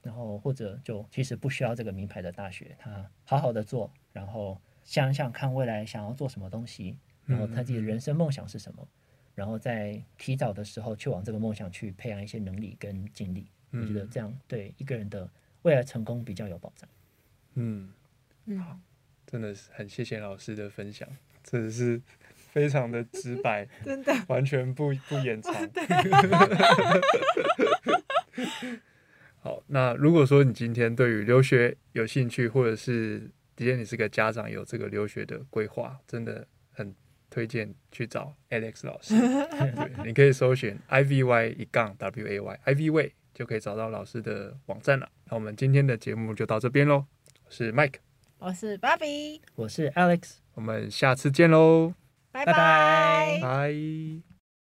Speaker 4: 然后或者就其实不需要这个名牌的大学，他好好的做，然后想想看未来想要做什么东西，然后他自己的人生梦想是什么，然后在提早的时候去往这个梦想去培养一些能力跟精力，我觉得这样对一个人的未来成功比较有保障。
Speaker 3: 嗯。
Speaker 1: 嗯，
Speaker 3: 真的是很谢谢老师的分享，真的是非常的直白，
Speaker 1: 嗯真的，
Speaker 3: 完 全不不掩藏。好，那如果说你今天对于留学有兴趣，或者是今天你是个家长有这个留学的规划，真的很推荐去找 Alex 老 师。对，你可以搜寻 I V Y 一杠 W A Y I V Y 就可以找到老师的网站了。那我们今天的节目就到这边喽，我是 Mike，
Speaker 1: 我是芭比，
Speaker 4: 我是 Alex。
Speaker 3: 我们下次见喽，
Speaker 1: 拜
Speaker 4: 拜拜
Speaker 3: 拜。